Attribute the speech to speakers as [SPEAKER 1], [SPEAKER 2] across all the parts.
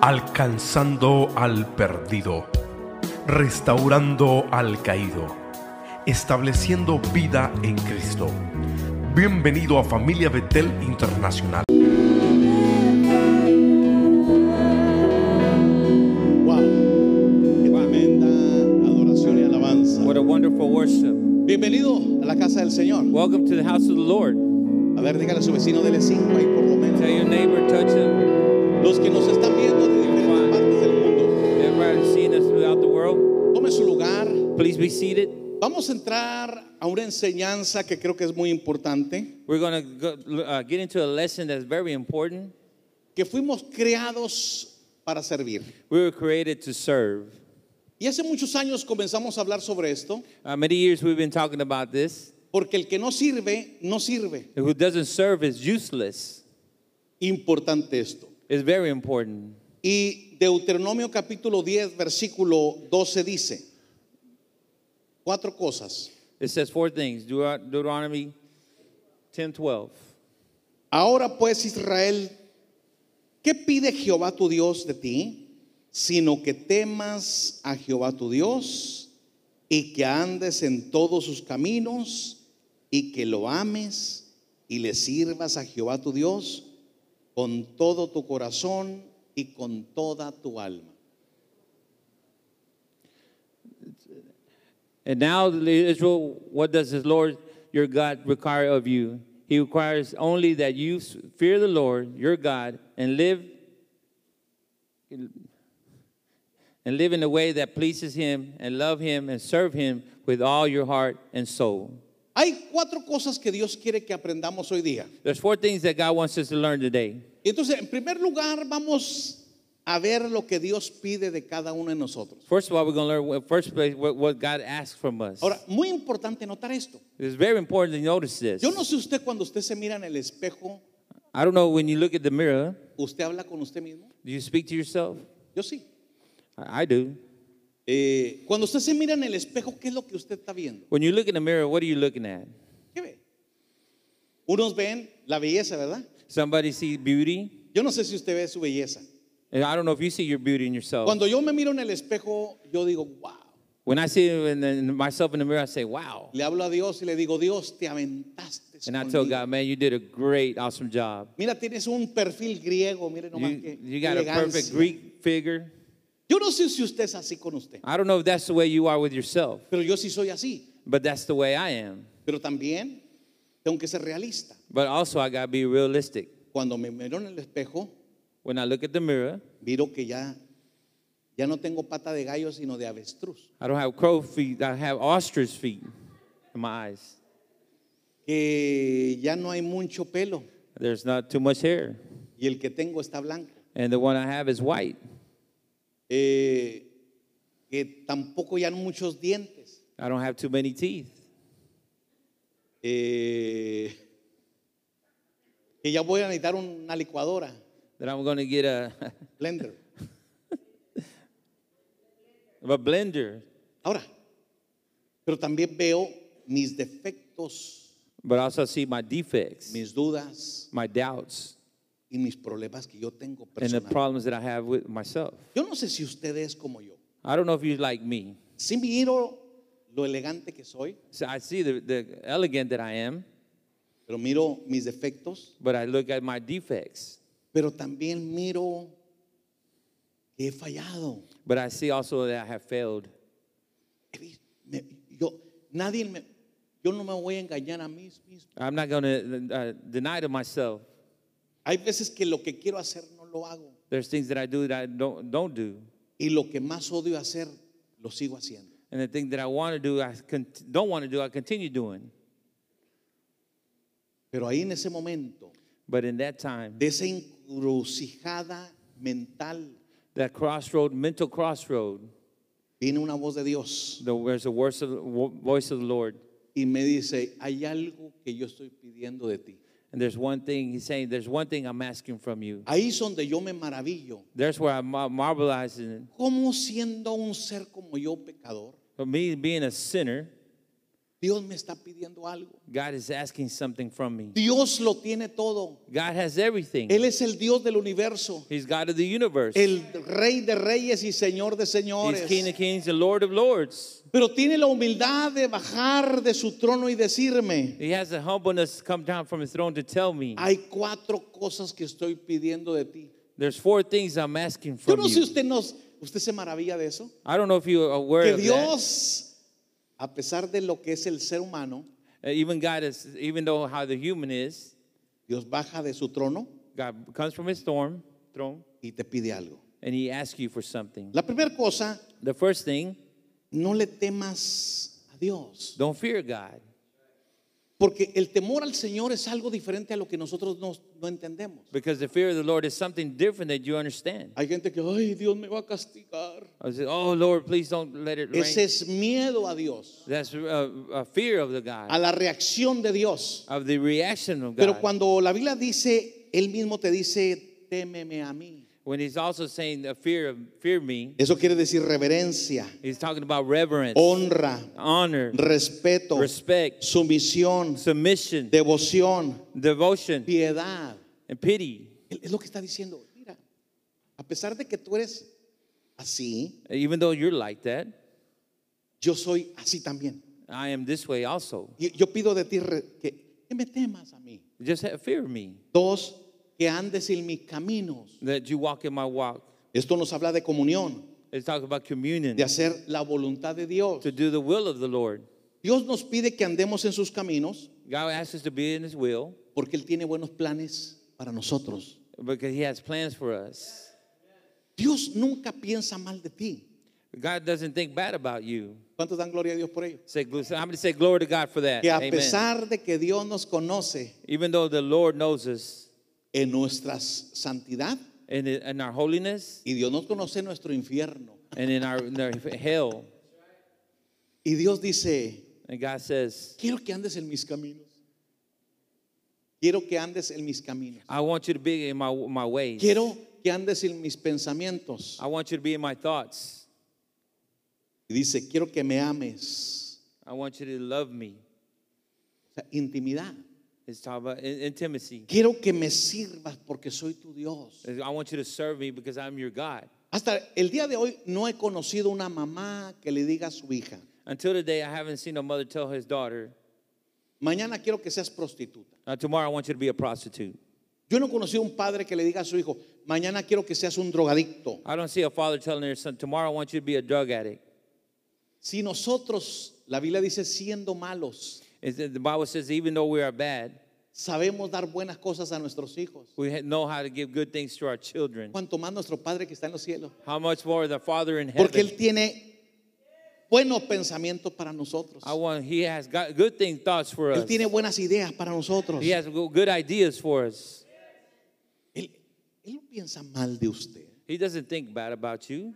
[SPEAKER 1] alcanzando al perdido, restaurando al caído, estableciendo vida en Cristo. Bienvenido a Familia Betel Internacional.
[SPEAKER 2] Wow, qué tremenda adoración y alabanza.
[SPEAKER 3] What a wonderful worship.
[SPEAKER 2] Bienvenido a la casa del Señor.
[SPEAKER 3] Welcome to the house of the Lord.
[SPEAKER 2] A ver, dígale a su vecino, dele cinco ahí por lo menos.
[SPEAKER 3] Tell your neighbor, touch him.
[SPEAKER 2] Los que nos están viendo de diferentes partes del mundo,
[SPEAKER 3] Everybody seeing us throughout the world,
[SPEAKER 2] tome su lugar.
[SPEAKER 3] please be seated.
[SPEAKER 2] Vamos a entrar a una enseñanza que creo que es muy importante,
[SPEAKER 3] We're going to uh, get into a lesson that's very important.
[SPEAKER 2] que fuimos creados para servir.
[SPEAKER 3] We were created to serve.
[SPEAKER 2] Y hace muchos años comenzamos a hablar sobre esto,
[SPEAKER 3] Uh, many years we've been talking about this.
[SPEAKER 2] porque el que no sirve, no sirve.
[SPEAKER 3] Who doesn't serve is useless.
[SPEAKER 2] Importante esto.
[SPEAKER 3] It's very important.
[SPEAKER 2] Y Deuteronomio capítulo 10, versículo 12 dice cuatro cosas.
[SPEAKER 3] It says four things Deut- Deuteronomy 10 12.
[SPEAKER 2] Ahora pues Israel, ¿qué pide Jehová tu Dios de ti? Sino que temas a Jehová tu Dios y que andes en todos sus caminos y que lo ames y le sirvas a Jehová tu Dios con todo tu corazón y con toda tu alma.
[SPEAKER 3] And now, Israel, what does his Lord your God require of you? He requires only that you fear the Lord your God and live and live in a way that pleases him and love him and serve him with all your heart and soul.
[SPEAKER 2] Hay cuatro cosas que Dios quiere que aprendamos hoy día.
[SPEAKER 3] There's four things that God wants us to learn today.
[SPEAKER 2] Entonces, en primer lugar, vamos a ver lo que Dios pide de cada uno de nosotros.
[SPEAKER 3] First of all, we're going to learn well, first place what, what God asks from us.
[SPEAKER 2] Ahora, muy importante notar esto.
[SPEAKER 3] It's very important to notice this.
[SPEAKER 2] Yo no sé usted cuando usted se mira en el espejo,
[SPEAKER 3] I don't know when you look at the mirror,
[SPEAKER 2] ¿usted habla con usted mismo?
[SPEAKER 3] do you speak to yourself?
[SPEAKER 2] Yo sí.
[SPEAKER 3] I, I do.
[SPEAKER 2] Eh, cuando usted se mira en el espejo, ¿qué es lo que usted está viendo?
[SPEAKER 3] When you look in the mirror, what are you looking at?
[SPEAKER 2] ¿Qué ve? Unos ven la belleza, ¿verdad?
[SPEAKER 3] Somebody sees beauty.
[SPEAKER 2] Yo no sé si usted ve su belleza.
[SPEAKER 3] And I don't know if you see your beauty in yourself.
[SPEAKER 2] Cuando yo me miro en el espejo, yo digo, wow.
[SPEAKER 3] When I see it in the- in myself in the mirror, I say, wow.
[SPEAKER 2] Le hablo a Dios y le digo, Dios, te aventaste.
[SPEAKER 3] And I tell
[SPEAKER 2] conmigo.
[SPEAKER 3] God, man, you did a great, awesome job.
[SPEAKER 2] Mira, tienes un perfil griego, mire
[SPEAKER 3] You,
[SPEAKER 2] nomás qué
[SPEAKER 3] you got a perfect
[SPEAKER 2] elegancia.
[SPEAKER 3] Greek figure.
[SPEAKER 2] Yo no sé si usted es así con usted,
[SPEAKER 3] I don't know if that's the way you are with yourself,
[SPEAKER 2] pero yo sí soy así.
[SPEAKER 3] but that's the way I am.
[SPEAKER 2] Pero también tengo que ser realista.
[SPEAKER 3] But also, I got to be realistic.
[SPEAKER 2] Cuando me miro en el espejo,
[SPEAKER 3] When I look at the mirror,
[SPEAKER 2] miro que ya, ya no tengo pata de gallo, sino de avestruz.
[SPEAKER 3] I don't have crow feet, I have ostrich feet in my eyes.
[SPEAKER 2] Que ya no hay mucho pelo
[SPEAKER 3] There's not too much hair.
[SPEAKER 2] y el que tengo está blanco.
[SPEAKER 3] And the one I have is white.
[SPEAKER 2] Eh, que tampoco ya no muchos dientes.
[SPEAKER 3] I don't have too many teeth.
[SPEAKER 2] Eh, que ya voy a necesitar una licuadora,
[SPEAKER 3] That I'm going to get a,
[SPEAKER 2] blender.
[SPEAKER 3] a blender.
[SPEAKER 2] Ahora, pero también veo mis defectos,
[SPEAKER 3] but also see my defects,
[SPEAKER 2] mis dudas
[SPEAKER 3] my doubts,
[SPEAKER 2] y mis problemas que yo tengo
[SPEAKER 3] and the
[SPEAKER 2] personal.
[SPEAKER 3] problems that I have with myself.
[SPEAKER 2] Yo no sé si usted es como yo.
[SPEAKER 3] I don't know if you're like me.
[SPEAKER 2] Si miro lo elegante que soy,
[SPEAKER 3] So I see the, the elegant that I am,
[SPEAKER 2] pero miro mis defectos,
[SPEAKER 3] but I look at my defects.
[SPEAKER 2] pero también miro que he fallado.
[SPEAKER 3] But I see also that I have failed.
[SPEAKER 2] He vis- me- yo, nadie me- yo no me voy a engañar a mí mismo.
[SPEAKER 3] I'm not going to uh, deny to myself.
[SPEAKER 2] Hay veces que lo que quiero hacer no lo hago
[SPEAKER 3] There's things that I do that I don't, don't do.
[SPEAKER 2] y lo que más odio hacer lo sigo haciendo.
[SPEAKER 3] And the thing that I want to do, I con- don't want to do, I continue doing.
[SPEAKER 2] Pero ahí en ese momento
[SPEAKER 3] But in that time,
[SPEAKER 2] de esa encrucijada mental
[SPEAKER 3] that crossroad, mental crossroad,
[SPEAKER 2] viene una voz de Dios
[SPEAKER 3] the, there's a voice of, voice of the Lord.
[SPEAKER 2] y me dice, hay algo que yo estoy pidiendo de ti.
[SPEAKER 3] And there's one thing he's saying, there's one thing I'm asking from you.
[SPEAKER 2] Ahí es donde yo me maravillo.
[SPEAKER 3] There's where I'm mar- marvelizing. it.
[SPEAKER 2] ¿Cómo siendo un ser como yo pecador,
[SPEAKER 3] For me being a sinner,
[SPEAKER 2] Dios me está pidiendo algo.
[SPEAKER 3] God is asking something from me.
[SPEAKER 2] Dios lo tiene todo.
[SPEAKER 3] God has everything.
[SPEAKER 2] Él es el Dios del universo,
[SPEAKER 3] He's God of the universe.
[SPEAKER 2] el Rey de reyes y Señor de
[SPEAKER 3] He's
[SPEAKER 2] señores.
[SPEAKER 3] King of kings and Lord of lords.
[SPEAKER 2] Pero tiene la humildad de bajar de su trono y decirme,
[SPEAKER 3] He has the humbleness to come down from his throne to tell me.
[SPEAKER 2] hay cuatro cosas que estoy pidiendo de ti.
[SPEAKER 3] There's four things I'm asking
[SPEAKER 2] Yo
[SPEAKER 3] from
[SPEAKER 2] no sé
[SPEAKER 3] you.
[SPEAKER 2] usted nos, usted se maravilla de eso,
[SPEAKER 3] I don't know if you're aware
[SPEAKER 2] que
[SPEAKER 3] of that.
[SPEAKER 2] Dios, a pesar de lo que es el ser humano,
[SPEAKER 3] Uh, Even God is, even though how the human is,
[SPEAKER 2] Dios baja de su trono
[SPEAKER 3] God comes from his throne, throne,
[SPEAKER 2] y te pide algo.
[SPEAKER 3] and he asks you for something.
[SPEAKER 2] La primera cosa,
[SPEAKER 3] The first thing,
[SPEAKER 2] no le temas a Dios,
[SPEAKER 3] don't fear God.
[SPEAKER 2] porque el temor al Señor es algo diferente a lo que nosotros no, no entendemos.
[SPEAKER 3] Because the fear of the Lord is something different that you understand.
[SPEAKER 2] Hay gente que, ay, Dios me va a castigar.
[SPEAKER 3] I say, oh Lord, please don't let it
[SPEAKER 2] Ese
[SPEAKER 3] rain.
[SPEAKER 2] es miedo a Dios,
[SPEAKER 3] That's a, a fear of the
[SPEAKER 2] a
[SPEAKER 3] God,
[SPEAKER 2] la reacción de Dios.
[SPEAKER 3] of the reaction of
[SPEAKER 2] Pero
[SPEAKER 3] God.
[SPEAKER 2] cuando la Biblia dice, Él mismo te dice, témeme a mí.
[SPEAKER 3] When he's also saying the fear of fear me,
[SPEAKER 2] Eso quiere decir reverencia,
[SPEAKER 3] he's talking about reverence,
[SPEAKER 2] honra,
[SPEAKER 3] honor,
[SPEAKER 2] respeto,
[SPEAKER 3] respect,
[SPEAKER 2] sumisión,
[SPEAKER 3] submission,
[SPEAKER 2] devoción,
[SPEAKER 3] devotion,
[SPEAKER 2] piedad.
[SPEAKER 3] and pity.
[SPEAKER 2] Él- Es lo que está diciendo. Mira, a pesar de que tú eres así,
[SPEAKER 3] Even though you're like that,
[SPEAKER 2] yo soy así también.
[SPEAKER 3] I am this way also.
[SPEAKER 2] Y yo pido de ti re- que, que me temas a mí.
[SPEAKER 3] Just have fear of me
[SPEAKER 2] Dos, que andes en mis caminos.
[SPEAKER 3] that you walk in my walk.
[SPEAKER 2] Esto nos habla de comunión,
[SPEAKER 3] It's talking about communion,
[SPEAKER 2] de hacer la voluntad de Dios.
[SPEAKER 3] to do the will of the Lord.
[SPEAKER 2] Dios nos pide que andemos en sus caminos
[SPEAKER 3] God asks us to be in his will
[SPEAKER 2] porque Él tiene buenos planes para nosotros.
[SPEAKER 3] because he has plans for us.
[SPEAKER 2] Dios nunca piensa mal de ti.
[SPEAKER 3] God doesn't think bad about you.
[SPEAKER 2] ¿Cuántos dan gloria a Dios por ello?
[SPEAKER 3] Say, I'm going to say glory to God for that.
[SPEAKER 2] Que a
[SPEAKER 3] Amen.
[SPEAKER 2] pesar de que Dios nos conoce
[SPEAKER 3] Even though the Lord knows us
[SPEAKER 2] en nuestra santidad
[SPEAKER 3] in, in our holiness
[SPEAKER 2] y Dios nos conoce en nuestro infierno,
[SPEAKER 3] and in our, in our hell,
[SPEAKER 2] y Dios dice,
[SPEAKER 3] and God says,
[SPEAKER 2] quiero que andes en mis caminos. Quiero que andes en mis caminos.
[SPEAKER 3] I want you to be in my, my ways.
[SPEAKER 2] Quiero que andes en mis pensamientos.
[SPEAKER 3] I want you to be in my thoughts.
[SPEAKER 2] Y dice, quiero que me ames.
[SPEAKER 3] I want you to love me.
[SPEAKER 2] O sea, intimidad.
[SPEAKER 3] It's talking about in- intimacy.
[SPEAKER 2] Quiero que me sirvas porque soy tu Dios.
[SPEAKER 3] I want you to serve me because I'm your God.
[SPEAKER 2] Hasta el día de hoy no he conocido una mamá que le diga a su hija,
[SPEAKER 3] Until today, I haven't seen a mother tell his daughter,
[SPEAKER 2] mañana quiero que seas prostituta.
[SPEAKER 3] "Now, tomorrow I want you to be a prostitute.
[SPEAKER 2] Yo no he conocido un padre que le diga a su hijo, mañana quiero que seas un drogadicto.
[SPEAKER 3] I don't see a father telling their son, tomorrow I want you to be a drug addict.
[SPEAKER 2] Si nosotros, la Biblia dice, siendo malos,
[SPEAKER 3] It's- the Bible says, even though we are bad,
[SPEAKER 2] sabemos dar buenas cosas a nuestros hijos,
[SPEAKER 3] we ha- know how to give good things to our children.
[SPEAKER 2] cuanto más nuestro Padre que está en los cielos.
[SPEAKER 3] How much more the Father in
[SPEAKER 2] Porque Él
[SPEAKER 3] heaven?
[SPEAKER 2] tiene buenos pensamientos para nosotros.
[SPEAKER 3] I want, he has got good thing thoughts for
[SPEAKER 2] Él
[SPEAKER 3] us.
[SPEAKER 2] tiene buenas ideas para nosotros.
[SPEAKER 3] He has go- good ideas for us.
[SPEAKER 2] Él, él no piensa mal de usted.
[SPEAKER 3] He doesn't think bad about you,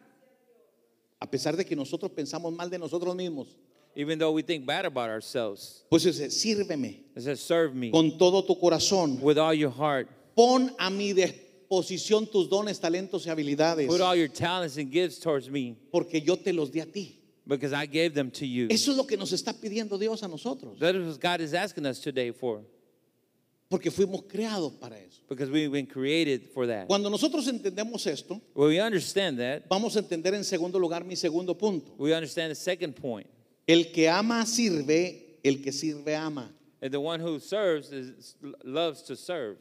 [SPEAKER 2] A pesar de que nosotros pensamos mal de nosotros mismos.
[SPEAKER 3] even though we think bad about ourselves.
[SPEAKER 2] Pues dice, sírveme
[SPEAKER 3] It says, serve me
[SPEAKER 2] con todo tu corazón.
[SPEAKER 3] with all your heart.
[SPEAKER 2] Pon a mi disposición tus dones, talentos y habilidades.
[SPEAKER 3] Put all your talents and gifts towards me
[SPEAKER 2] Porque yo te los di a ti.
[SPEAKER 3] because I gave them to you.
[SPEAKER 2] Eso es lo que nos está pidiendo Dios a nosotros.
[SPEAKER 3] That is what God is asking us today for
[SPEAKER 2] Porque fuimos creados para eso.
[SPEAKER 3] because we've been created for that.
[SPEAKER 2] Cuando nosotros entendemos esto,
[SPEAKER 3] When we understand that,
[SPEAKER 2] vamos a entender en segundo lugar mi segundo punto.
[SPEAKER 3] we understand the second point.
[SPEAKER 2] El que ama sirve, el que sirve ama.
[SPEAKER 3] And the one who serves is, loves to serve.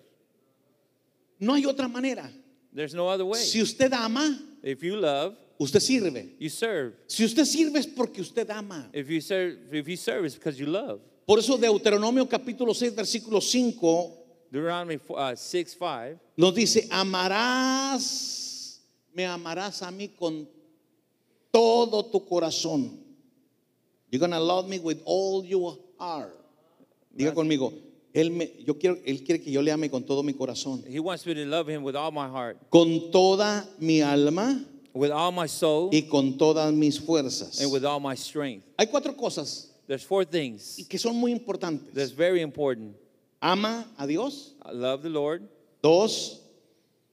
[SPEAKER 2] No hay otra manera.
[SPEAKER 3] There's no other way.
[SPEAKER 2] Si usted ama,
[SPEAKER 3] If you love,
[SPEAKER 2] usted sirve.
[SPEAKER 3] you serve.
[SPEAKER 2] Si usted sirve es porque usted ama.
[SPEAKER 3] If you serve, if you serve, it's because you love.
[SPEAKER 2] Por eso Deuteronomio capítulo 6 versículo 5
[SPEAKER 3] Deuteronomy uh, 6 5.
[SPEAKER 2] nos dice, amarás, me amarás a mí con todo tu corazón. You're gonna love me with all your heart. Diga conmigo, él, me, yo quiero, él quiere que yo le ame con todo mi corazón.
[SPEAKER 3] He wants me to love him with all my heart,
[SPEAKER 2] Con toda mi alma
[SPEAKER 3] with all my soul,
[SPEAKER 2] y con todas mis fuerzas.
[SPEAKER 3] and with all my strength.
[SPEAKER 2] Hay cuatro cosas
[SPEAKER 3] There's four things
[SPEAKER 2] y que son muy
[SPEAKER 3] that's
[SPEAKER 2] importantes.
[SPEAKER 3] very important.
[SPEAKER 2] Ama a Dios.
[SPEAKER 3] I love the Lord.
[SPEAKER 2] Dos,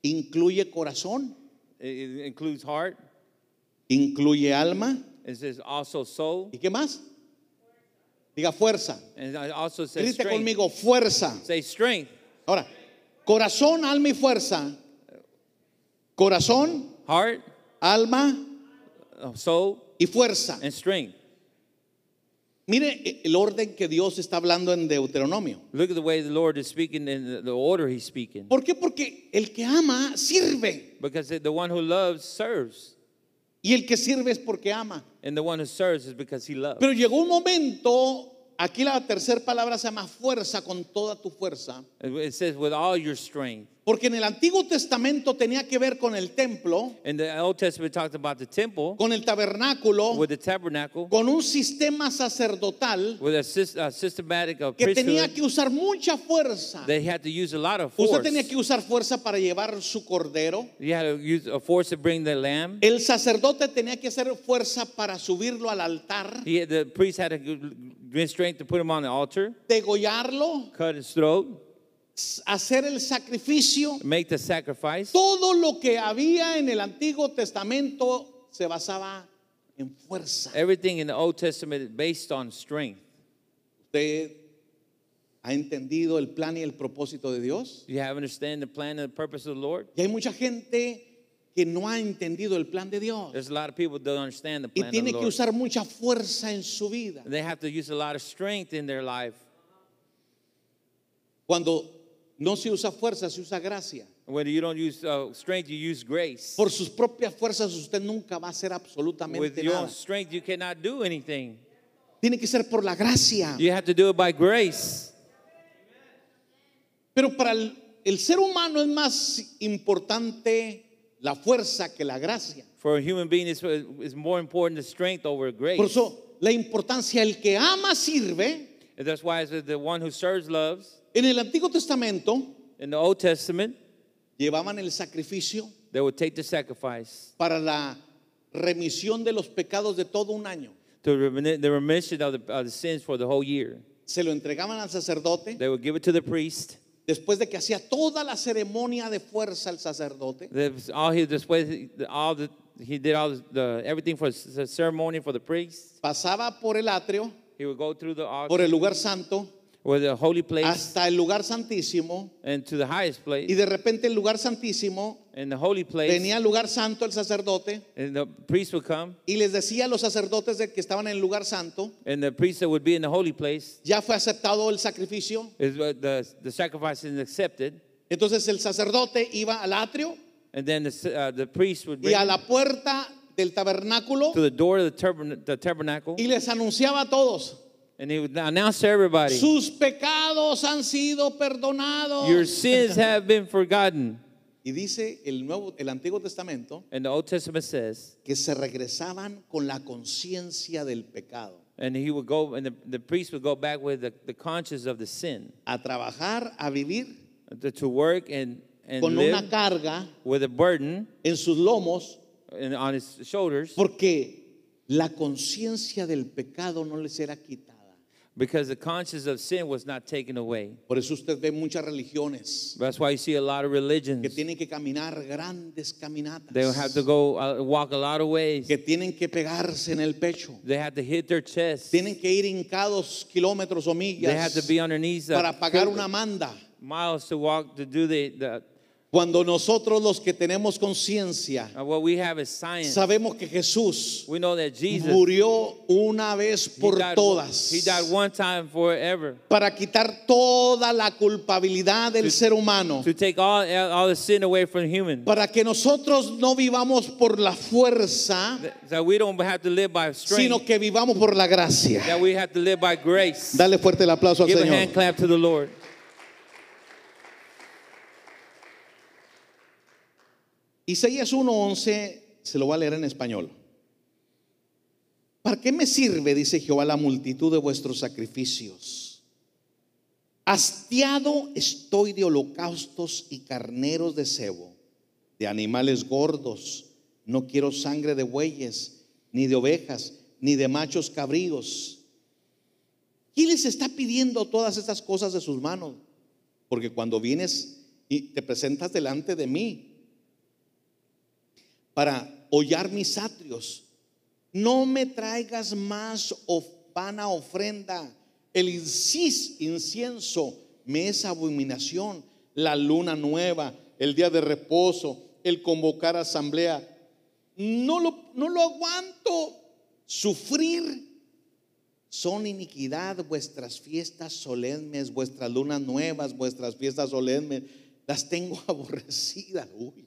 [SPEAKER 2] incluye corazón,
[SPEAKER 3] It- It includes heart.
[SPEAKER 2] incluye alma.
[SPEAKER 3] It says also soul
[SPEAKER 2] ¿Y qué más? Diga fuerza.
[SPEAKER 3] And it also says
[SPEAKER 2] Grite
[SPEAKER 3] strength.
[SPEAKER 2] conmigo, fuerza.
[SPEAKER 3] Say strength,
[SPEAKER 2] Ahora, corazón, alma y fuerza. Corazón,
[SPEAKER 3] heart,
[SPEAKER 2] alma
[SPEAKER 3] uh, soul,
[SPEAKER 2] y fuerza.
[SPEAKER 3] and strength.
[SPEAKER 2] Mire eh, el orden que Dios está hablando en Deuteronomio.
[SPEAKER 3] Look at the way the Lord is speaking and the- the order He's speaking.
[SPEAKER 2] ¿Por qué? Porque el que ama sirve.
[SPEAKER 3] Because the one who loves serves,
[SPEAKER 2] Y el que sirve es porque ama.
[SPEAKER 3] and the one who serves is because he loves.
[SPEAKER 2] Pero llegó un momento, aquí la tercera palabra se llama fuerza, con toda tu fuerza.
[SPEAKER 3] It says with all your strength.
[SPEAKER 2] Porque en el Antiguo Testamento tenía que ver con el templo,
[SPEAKER 3] And the Old Testament talked about the temple
[SPEAKER 2] con el tabernáculo,
[SPEAKER 3] with the tabernacle,
[SPEAKER 2] con un sistema sacerdotal
[SPEAKER 3] with a, sys- a systematic of
[SPEAKER 2] que tenía que
[SPEAKER 3] priesthood.
[SPEAKER 2] usar mucha fuerza.
[SPEAKER 3] They had to use a lot of
[SPEAKER 2] Usted
[SPEAKER 3] force.
[SPEAKER 2] tenía que usar fuerza para llevar su cordero.
[SPEAKER 3] You had to use a force to bring the lamb.
[SPEAKER 2] El sacerdote tenía que hacer fuerza para subirlo al altar,
[SPEAKER 3] He had, the priest had to give strength to put him on the altar,
[SPEAKER 2] degollarlo,
[SPEAKER 3] cut his throat,
[SPEAKER 2] s- hacer el sacrificio.
[SPEAKER 3] make the sacrifice.
[SPEAKER 2] Todo lo que había en el Antiguo Testamento se basaba en fuerza.
[SPEAKER 3] Everything in the Old Testament is based on strength.
[SPEAKER 2] ¿Usted ha entendido el plan y el propósito de Dios?
[SPEAKER 3] You have understand the plan and the purpose of the Lord.
[SPEAKER 2] Y hay mucha gente que no ha entendido el plan de Dios
[SPEAKER 3] There's a lot of people that don't understand the
[SPEAKER 2] y
[SPEAKER 3] plan of
[SPEAKER 2] tiene
[SPEAKER 3] the
[SPEAKER 2] que
[SPEAKER 3] Lord.
[SPEAKER 2] usar mucha fuerza en su vida.
[SPEAKER 3] They have to use a lot of strength in their life.
[SPEAKER 2] Cuando no se usa fuerza, se usa gracia.
[SPEAKER 3] When you don't use uh, strength, you use grace.
[SPEAKER 2] Por sus propias fuerzas usted nunca va a hacer
[SPEAKER 3] With
[SPEAKER 2] absolutamente
[SPEAKER 3] your own
[SPEAKER 2] nada.
[SPEAKER 3] strength, you cannot do anything.
[SPEAKER 2] Tiene que ser por la gracia.
[SPEAKER 3] You have to do it by grace.
[SPEAKER 2] Pero para el, el ser humano es más importante la fuerza que la gracia.
[SPEAKER 3] For a human being, it's, uh, it's more important the strength over grace.
[SPEAKER 2] Por eso la importancia, el que ama sirve.
[SPEAKER 3] And that's why it says the one who serves loves.
[SPEAKER 2] En el Antiguo Testamento
[SPEAKER 3] In the Old Testament,
[SPEAKER 2] llevaban el sacrificio
[SPEAKER 3] they would take the sacrifice
[SPEAKER 2] para la remisión de los pecados de todo un año.
[SPEAKER 3] to remin- the remission of the, of the sins for the whole year.
[SPEAKER 2] Se lo entregaban al sacerdote
[SPEAKER 3] They would give it to the priest.
[SPEAKER 2] después de que hacía toda la ceremonia de fuerza el sacerdote.
[SPEAKER 3] That was All he display, all the, he did all the everything for the ceremony for the priest.
[SPEAKER 2] Pasaba por el atrio,
[SPEAKER 3] He would go through the
[SPEAKER 2] por
[SPEAKER 3] altar
[SPEAKER 2] el lugar santo,
[SPEAKER 3] or the holy place
[SPEAKER 2] hasta el lugar santísimo.
[SPEAKER 3] and to the highest
[SPEAKER 2] Y
[SPEAKER 3] place.
[SPEAKER 2] de repente el lugar santísimo,
[SPEAKER 3] In the holy place,
[SPEAKER 2] venía al lugar santo el sacerdote
[SPEAKER 3] and the priest would come,
[SPEAKER 2] y les decía a los sacerdotes de que estaban en el lugar santo,
[SPEAKER 3] and the priest that would be in the holy place
[SPEAKER 2] ya fue aceptado el sacrificio.
[SPEAKER 3] is what the the sacrifice is accepted,
[SPEAKER 2] Entonces el sacerdote iba al atrio
[SPEAKER 3] and then the s- uh, the priest would
[SPEAKER 2] y
[SPEAKER 3] bring
[SPEAKER 2] a la puerta del tabernáculo
[SPEAKER 3] to the door of the, tabern- the tabernacle,
[SPEAKER 2] y les anunciaba a todos,
[SPEAKER 3] and he would announce to everybody,
[SPEAKER 2] sus pecados han sido
[SPEAKER 3] "Your
[SPEAKER 2] perdonados.
[SPEAKER 3] sins have been forgotten."
[SPEAKER 2] Y dice el nuevo el Antiguo Testamento
[SPEAKER 3] And the Old Testament says,
[SPEAKER 2] que se regresaban con la conciencia del pecado
[SPEAKER 3] and he would go, and the, the priest would go back with the, the conscience of the sin
[SPEAKER 2] a trabajar, a vivir
[SPEAKER 3] to, to work and and
[SPEAKER 2] con una
[SPEAKER 3] live
[SPEAKER 2] carga
[SPEAKER 3] with a burden
[SPEAKER 2] en sus lomos
[SPEAKER 3] in, on his shoulders
[SPEAKER 2] Porque la conciencia del pecado no les era quitada.
[SPEAKER 3] because the conscience of sin was not taken away.
[SPEAKER 2] Por eso usted ve muchas religiones
[SPEAKER 3] That's why you see a lot of religions.
[SPEAKER 2] que tienen que caminar grandes caminatas,
[SPEAKER 3] They will have to go uh, walk a lot of ways.
[SPEAKER 2] que tienen que pegarse en el pecho,
[SPEAKER 3] They have to hit their chest.
[SPEAKER 2] tienen que ir hincados kilómetros o
[SPEAKER 3] They have
[SPEAKER 2] millas
[SPEAKER 3] to be on their knees uh,
[SPEAKER 2] para pagar una manda.
[SPEAKER 3] miles to walk to do the, the
[SPEAKER 2] Cuando nosotros los que tenemos conciencia
[SPEAKER 3] uh, what we have is science.
[SPEAKER 2] sabemos que Jesús
[SPEAKER 3] We know that Jesus
[SPEAKER 2] murió una vez
[SPEAKER 3] he
[SPEAKER 2] por
[SPEAKER 3] died one-
[SPEAKER 2] todas
[SPEAKER 3] he died one time forever
[SPEAKER 2] para quitar toda la culpabilidad del ser humano.
[SPEAKER 3] to take all all the sin away from human.
[SPEAKER 2] para que nosotros no vivamos por la fuerza,
[SPEAKER 3] That we don't have to live by
[SPEAKER 2] sino
[SPEAKER 3] strength.
[SPEAKER 2] que vivamos por la gracia.
[SPEAKER 3] That we have to live by grace.
[SPEAKER 2] Dale fuerte el aplauso al
[SPEAKER 3] Give a hand
[SPEAKER 2] Señor.
[SPEAKER 3] clap to the Lord.
[SPEAKER 2] Isaías 1:11 se lo va a leer en español. ¿Para qué me sirve, dice Jehová, la multitud de vuestros sacrificios? Hastiado estoy de holocaustos y carneros de cebo, de animales gordos. No quiero sangre de bueyes, ni de ovejas, ni de machos cabríos. ¿Quién les está pidiendo todas estas cosas de sus manos? Porque cuando vienes y te presentas delante de mí para hollar mis atrios, no me traigas más of- vana ofrenda, El incis- incienso me es abominación. La luna nueva, el día de reposo, el convocar asamblea. No lo, no lo aguanto. Sufrir son iniquidad vuestras fiestas solemnes, vuestras lunas nuevas, vuestras fiestas solemnes. Las tengo aborrecidas. Uy,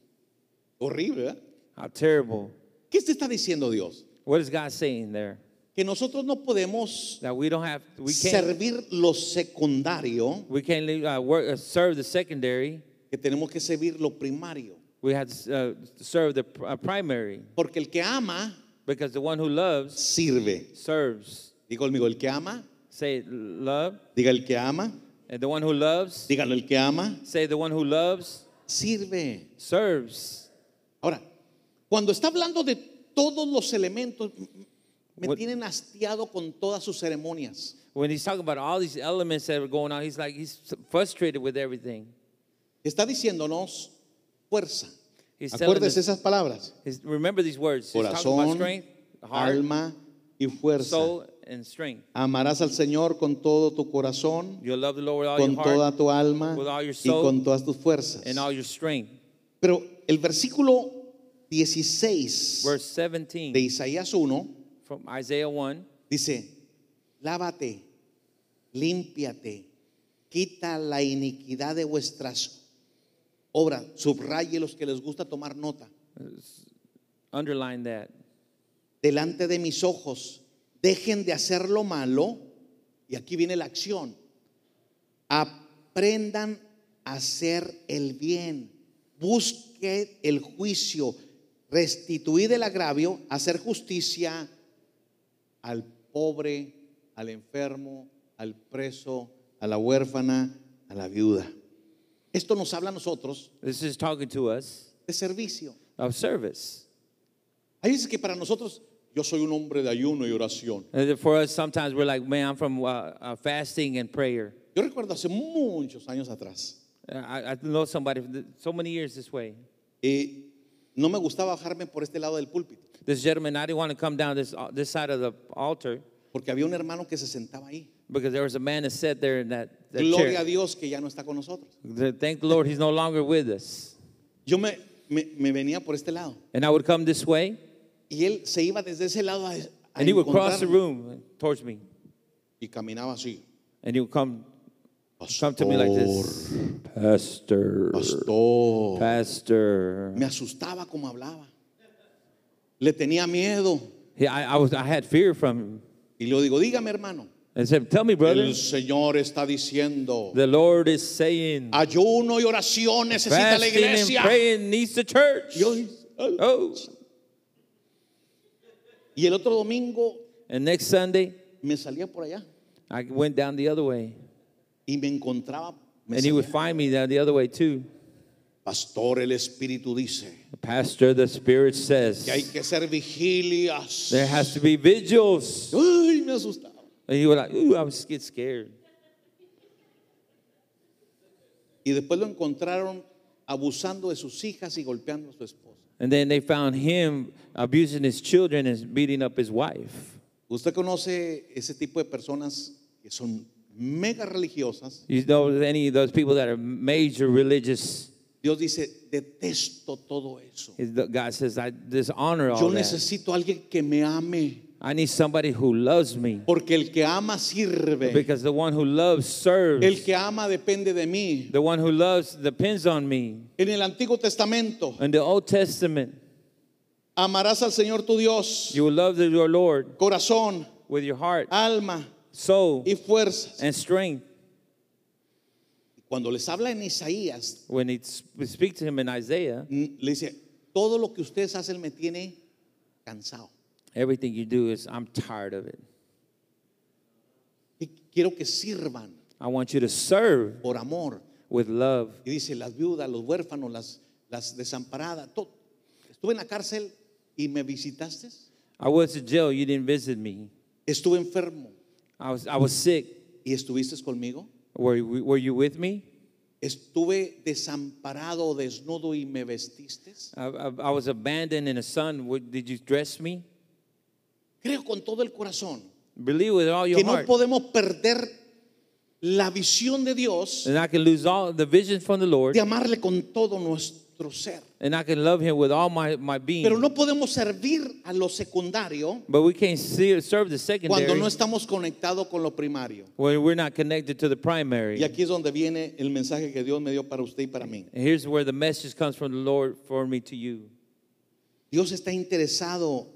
[SPEAKER 2] horrible, ¿verdad?
[SPEAKER 3] How terrible.
[SPEAKER 2] ¿Qué te está diciendo Dios?
[SPEAKER 3] What is God saying there?
[SPEAKER 2] Que nosotros no podemos
[SPEAKER 3] That we don't have, we can't,
[SPEAKER 2] servir lo secundario,
[SPEAKER 3] we can't leave, uh, work, uh, serve the secondary.
[SPEAKER 2] que tenemos que servir lo primario.
[SPEAKER 3] We have to uh, serve the pr- uh, primary
[SPEAKER 2] Porque el que ama,
[SPEAKER 3] because the one who loves
[SPEAKER 2] sirve.
[SPEAKER 3] serves.
[SPEAKER 2] Digo conmigo, el que ama,
[SPEAKER 3] Say love,
[SPEAKER 2] diga el que ama,
[SPEAKER 3] and the one who loves.
[SPEAKER 2] dígalo el que ama,
[SPEAKER 3] Say the one who loves
[SPEAKER 2] sirve.
[SPEAKER 3] serves.
[SPEAKER 2] Ahora, cuando está hablando de todos los elementos, me
[SPEAKER 3] What-
[SPEAKER 2] tienen hastiado con todas sus ceremonias.
[SPEAKER 3] When he's talking about all these elements that are going on, he's like he's frustrated with everything.
[SPEAKER 2] Está diciéndonos fuerza.
[SPEAKER 3] He's telling
[SPEAKER 2] Acuérdese
[SPEAKER 3] us-
[SPEAKER 2] esas palabras.
[SPEAKER 3] He's, remember these words. He's talking about
[SPEAKER 2] Corazón,
[SPEAKER 3] strength, heart,
[SPEAKER 2] alma y fuerza.
[SPEAKER 3] soul, and strength.
[SPEAKER 2] Amarás al Señor con todo tu corazón,
[SPEAKER 3] You'll love the Lord with all
[SPEAKER 2] con
[SPEAKER 3] your heart
[SPEAKER 2] toda tu alma
[SPEAKER 3] with all your
[SPEAKER 2] y
[SPEAKER 3] soul,
[SPEAKER 2] con todas tus fuerzas.
[SPEAKER 3] and all your strength.
[SPEAKER 2] Pero el versículo 16
[SPEAKER 3] Verse
[SPEAKER 2] de
[SPEAKER 3] 17
[SPEAKER 2] Isaías 1
[SPEAKER 3] from Isaiah 1.
[SPEAKER 2] dice, lávate, límpiate, quita la iniquidad de vuestras obras, subraye los que les gusta tomar nota,
[SPEAKER 3] Underline that.
[SPEAKER 2] delante de mis ojos, dejen de hacer lo malo, y aquí viene la acción, aprendan a hacer el bien, busquen el juicio, restituid el agravio, hacer justicia al pobre, al enfermo, al preso, a la huérfana, a la viuda. Esto nos habla a nosotros
[SPEAKER 3] This is talking to us
[SPEAKER 2] de servicio.
[SPEAKER 3] of service.
[SPEAKER 2] Ahí dice que para nosotros, yo soy un hombre de ayuno y oración.
[SPEAKER 3] And then for us, sometimes we're like, man, I'm from uh, uh, fasting and prayer.
[SPEAKER 2] Yo recuerdo hace muchos años atrás,
[SPEAKER 3] Uh, I, I know somebody from the- so many years this way.
[SPEAKER 2] eh, no me gustaba bajarme por este lado del púlpito,
[SPEAKER 3] This gentleman, I didn't want to come down this, uh, this side of the altar
[SPEAKER 2] porque había un hermano que se sentaba ahí.
[SPEAKER 3] because there was a man that sat there in that, that
[SPEAKER 2] Gloria a
[SPEAKER 3] chair.
[SPEAKER 2] Dios que ya no está con nosotros.
[SPEAKER 3] Thank the Lord, he's no longer with us.
[SPEAKER 2] Yo me, me, me venía por este lado
[SPEAKER 3] And I would come this way,
[SPEAKER 2] y él se iba desde ese lado a, a
[SPEAKER 3] and he would cross the
[SPEAKER 2] encontrarme,
[SPEAKER 3] room towards me,
[SPEAKER 2] y caminaba así.
[SPEAKER 3] and he would come come to me like this, Pastor,
[SPEAKER 2] Pastor.
[SPEAKER 3] Pastor.
[SPEAKER 2] Me asustaba como hablaba. Le tenía miedo.
[SPEAKER 3] He, I, I was I had fear from him,
[SPEAKER 2] Y le digo, dígame hermano.
[SPEAKER 3] and said, "Tell me, brother,
[SPEAKER 2] El Señor está diciendo,
[SPEAKER 3] the Lord is saying,
[SPEAKER 2] ayuno y oración necesita la
[SPEAKER 3] fasting and
[SPEAKER 2] iglesia.
[SPEAKER 3] praying needs the church."
[SPEAKER 2] Yo-
[SPEAKER 3] Oh,
[SPEAKER 2] Y el otro domingo
[SPEAKER 3] and next Sunday
[SPEAKER 2] me salía por allá
[SPEAKER 3] I went down the other way,
[SPEAKER 2] y me encontraba. me
[SPEAKER 3] and he would
[SPEAKER 2] salía,
[SPEAKER 3] find me down the other way too.
[SPEAKER 2] Pastor, el Espíritu dice
[SPEAKER 3] Pastor, the Spirit
[SPEAKER 2] que hay
[SPEAKER 3] says
[SPEAKER 2] que ser vigilias.
[SPEAKER 3] there has to be vigils.
[SPEAKER 2] Ay, me asustaba.
[SPEAKER 3] And you were like, ooh, I was get scared.
[SPEAKER 2] Y después lo encontraron abusando de sus hijas y golpeando a su esposa.
[SPEAKER 3] And then they found him abusing his children and beating up his wife.
[SPEAKER 2] ¿Usted conoce ese tipo de personas que son mega religiosas?
[SPEAKER 3] You know any of those people that are major religious?
[SPEAKER 2] Dios dice, detesto todo eso.
[SPEAKER 3] is the- God says, I dishonor all
[SPEAKER 2] Yo
[SPEAKER 3] that.
[SPEAKER 2] necesito a alguien que me ame,
[SPEAKER 3] I need somebody who loves me
[SPEAKER 2] porque el que ama sirve.
[SPEAKER 3] because the one who loves serves.
[SPEAKER 2] El que ama depende de mí.
[SPEAKER 3] The one who loves depends on me.
[SPEAKER 2] En el Antiguo Testamento,
[SPEAKER 3] In the Old Testament,
[SPEAKER 2] amarás al Señor tu Dios,
[SPEAKER 3] you will love the- your Lord
[SPEAKER 2] corazón,
[SPEAKER 3] with your heart,
[SPEAKER 2] alma
[SPEAKER 3] soul,
[SPEAKER 2] y fuerzas.
[SPEAKER 3] and strength.
[SPEAKER 2] Cuando les habla en Isaías,
[SPEAKER 3] When he s- we speak to him in Isaiah,
[SPEAKER 2] mm, le dice, todo lo que ustedes hacen me tiene cansado.
[SPEAKER 3] everything you do is, I'm tired of it.
[SPEAKER 2] Y quiero que sirvan
[SPEAKER 3] I want you to serve.
[SPEAKER 2] por amor.
[SPEAKER 3] with love.
[SPEAKER 2] Y dice, las viudas, los huérfanos, las, las desamparadas, todo. Estuve en la cárcel y me visitaste.
[SPEAKER 3] I was in jail, you didn't visit me.
[SPEAKER 2] Estuve enfermo
[SPEAKER 3] I was, I was sick.
[SPEAKER 2] y estuviste conmigo.
[SPEAKER 3] Were, you- were you with me?
[SPEAKER 2] Estuve desamparado, desnudo y me vestiste.
[SPEAKER 3] I, I, I was abandoned in the sun. Would- Did you dress me?
[SPEAKER 2] Creo con todo el corazón
[SPEAKER 3] Believe with all your
[SPEAKER 2] que no
[SPEAKER 3] heart
[SPEAKER 2] podemos perder la visión de Dios
[SPEAKER 3] and I can lose all the vision from the Lord,
[SPEAKER 2] de amarle con todo nuestro ser.
[SPEAKER 3] and I can love Him with all my, my being.
[SPEAKER 2] Pero no podemos servir a lo secundario
[SPEAKER 3] but we can't see, serve the
[SPEAKER 2] cuando
[SPEAKER 3] secondary
[SPEAKER 2] no estamos conectados con lo primario.
[SPEAKER 3] when we're not connected to the primary.
[SPEAKER 2] Y aquí es donde viene el mensaje que Dios me dio para usted y para mí.
[SPEAKER 3] And here's where the message comes from the Lord for me to you.
[SPEAKER 2] Dios está interesado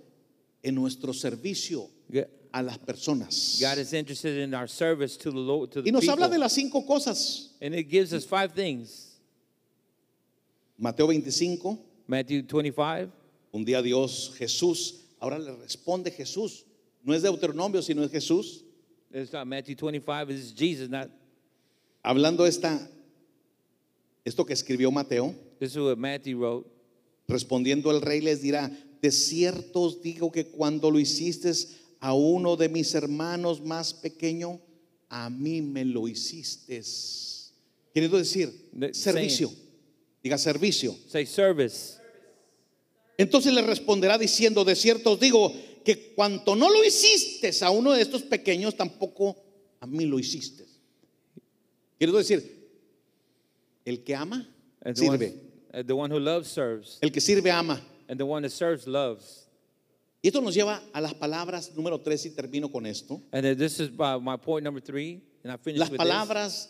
[SPEAKER 2] en nuestro servicio
[SPEAKER 3] Ga-
[SPEAKER 2] a las personas.
[SPEAKER 3] God is interested in our service to the Lord, to the
[SPEAKER 2] Y nos
[SPEAKER 3] people.
[SPEAKER 2] habla de las cinco cosas.
[SPEAKER 3] and it gives us five things.
[SPEAKER 2] Mateo 25,
[SPEAKER 3] Matthew 25.
[SPEAKER 2] un día Dios, Jesús, ahora le responde Jesús. No es Deuteronomio, sino es Jesús.
[SPEAKER 3] It's not Matthew 25. It's Jesus. Not
[SPEAKER 2] Hablando esta, esto que escribió Mateo,
[SPEAKER 3] this is what Matthew wrote.
[SPEAKER 2] respondiendo el rey les dirá, de cierto os digo que cuando lo hiciste a uno de mis hermanos más pequeño, a mí me lo hiciste. Queriendo decir,
[SPEAKER 3] De-
[SPEAKER 2] servicio. Diga servicio.
[SPEAKER 3] Say service.
[SPEAKER 2] Entonces le responderá diciendo, de cierto os digo que cuanto no lo hiciste a uno de estos pequeños, tampoco a mí lo hiciste. Quiero decir, el que ama,
[SPEAKER 3] And the,
[SPEAKER 2] sirve.
[SPEAKER 3] one, and the one who loves serves,
[SPEAKER 2] El que sirve, ama.
[SPEAKER 3] and the one that serves loves.
[SPEAKER 2] Y esto nos lleva a las palabras número tres y termino con esto.
[SPEAKER 3] And then this is by my point number three, and I finish
[SPEAKER 2] Las
[SPEAKER 3] with
[SPEAKER 2] palabras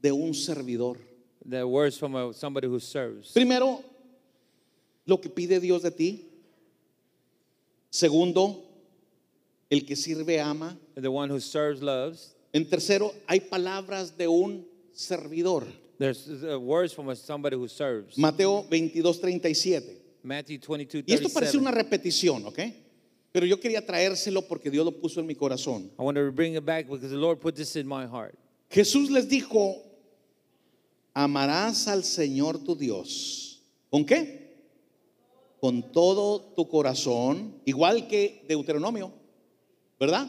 [SPEAKER 2] de un servidor.
[SPEAKER 3] this, the words from a, somebody who serves.
[SPEAKER 2] Primero, lo que pide Dios de ti. Segundo, el que sirve, ama.
[SPEAKER 3] And the one who serves loves.
[SPEAKER 2] En tercero, hay palabras de un servidor.
[SPEAKER 3] There's uh, words from a, somebody who serves.
[SPEAKER 2] Mateo 22, 37.
[SPEAKER 3] Matthew 22,
[SPEAKER 2] Y esto parece
[SPEAKER 3] 37.
[SPEAKER 2] una repetición, ¿ok? Pero yo quería traérselo porque Dios lo puso en mi corazón.
[SPEAKER 3] I want to bring it back because the Lord put this in my heart.
[SPEAKER 2] Jesús les dijo, amarás al Señor tu Dios. ¿Con qué? Con todo tu corazón, igual que Deuteronomio, ¿verdad?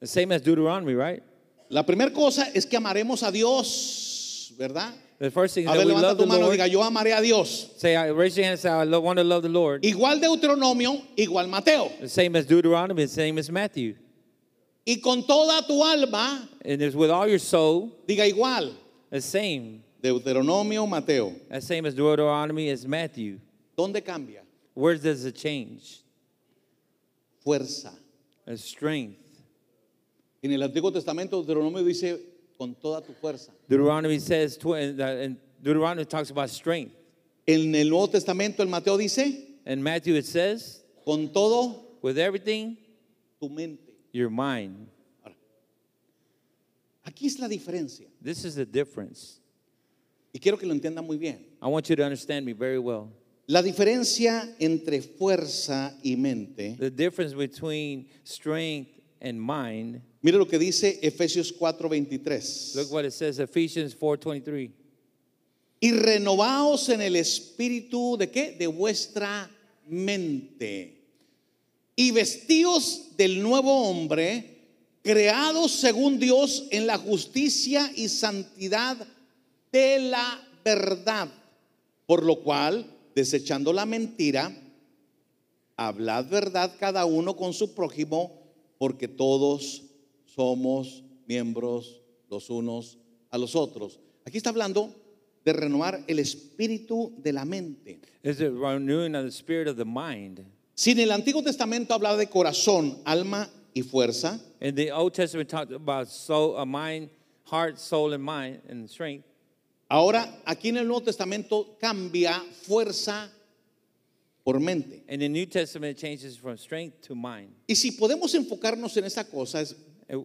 [SPEAKER 3] The same as Deuteronomy, right?
[SPEAKER 2] La primera cosa es que amaremos a Dios, ¿verdad?
[SPEAKER 3] The first thing is
[SPEAKER 2] A
[SPEAKER 3] that
[SPEAKER 2] ver,
[SPEAKER 3] we
[SPEAKER 2] levanta
[SPEAKER 3] love the
[SPEAKER 2] tu mano,
[SPEAKER 3] Lord.
[SPEAKER 2] diga, yo amaré a Dios.
[SPEAKER 3] Say, I- raise your hand and say, I love, want to love the Lord.
[SPEAKER 2] Igual Deuteronomio, igual Mateo.
[SPEAKER 3] The same as Deuteronomy, the same as Matthew.
[SPEAKER 2] Y con toda tu alma,
[SPEAKER 3] And it's with all your soul,
[SPEAKER 2] diga igual.
[SPEAKER 3] the same.
[SPEAKER 2] Deuteronomio, Mateo.
[SPEAKER 3] The same as Deuteronomy as Matthew.
[SPEAKER 2] ¿Dónde cambia?
[SPEAKER 3] Where does it change?
[SPEAKER 2] Fuerza.
[SPEAKER 3] A strength.
[SPEAKER 2] En el Antiguo Testamento Deuteronomio dice con toda tu fuerza.
[SPEAKER 3] Deuteronomy says, tw- and uh, and Deuteronomy talks about strength.
[SPEAKER 2] En el Nuevo Testamento el Mateo dice
[SPEAKER 3] And Matthew, it says,
[SPEAKER 2] con todo
[SPEAKER 3] with everything,
[SPEAKER 2] tu mente.
[SPEAKER 3] your mind.
[SPEAKER 2] Aquí es la diferencia
[SPEAKER 3] This is the difference.
[SPEAKER 2] y quiero que lo entiendan muy bien.
[SPEAKER 3] I want you to understand me very well.
[SPEAKER 2] La diferencia entre fuerza y mente.
[SPEAKER 3] The difference between strength and mind.
[SPEAKER 2] Mire lo que dice Efesios
[SPEAKER 3] Look
[SPEAKER 2] 4:23.
[SPEAKER 3] what it says, Ephesians 4.23.
[SPEAKER 2] Y renovaos en el espíritu de qué? De vuestra mente. Y vestíos del nuevo hombre, creados según Dios en la justicia y santidad de la verdad. Por lo cual, desechando la mentira, hablad verdad cada uno con su prójimo, porque todos somos miembros los unos a los otros. Aquí está hablando de renovar el espíritu de la mente.
[SPEAKER 3] Is it renewing of the spirit of the mind?
[SPEAKER 2] Si en el Antiguo Testamento hablaba de corazón, alma y fuerza,
[SPEAKER 3] In the Old Testament, talked about soul, a mind, heart, soul, and mind, and strength.
[SPEAKER 2] ahora aquí en el Nuevo Testamento cambia fuerza por mente.
[SPEAKER 3] In the New Testament, it changes from strength to mind.
[SPEAKER 2] Y si podemos enfocarnos en esa cosa, es-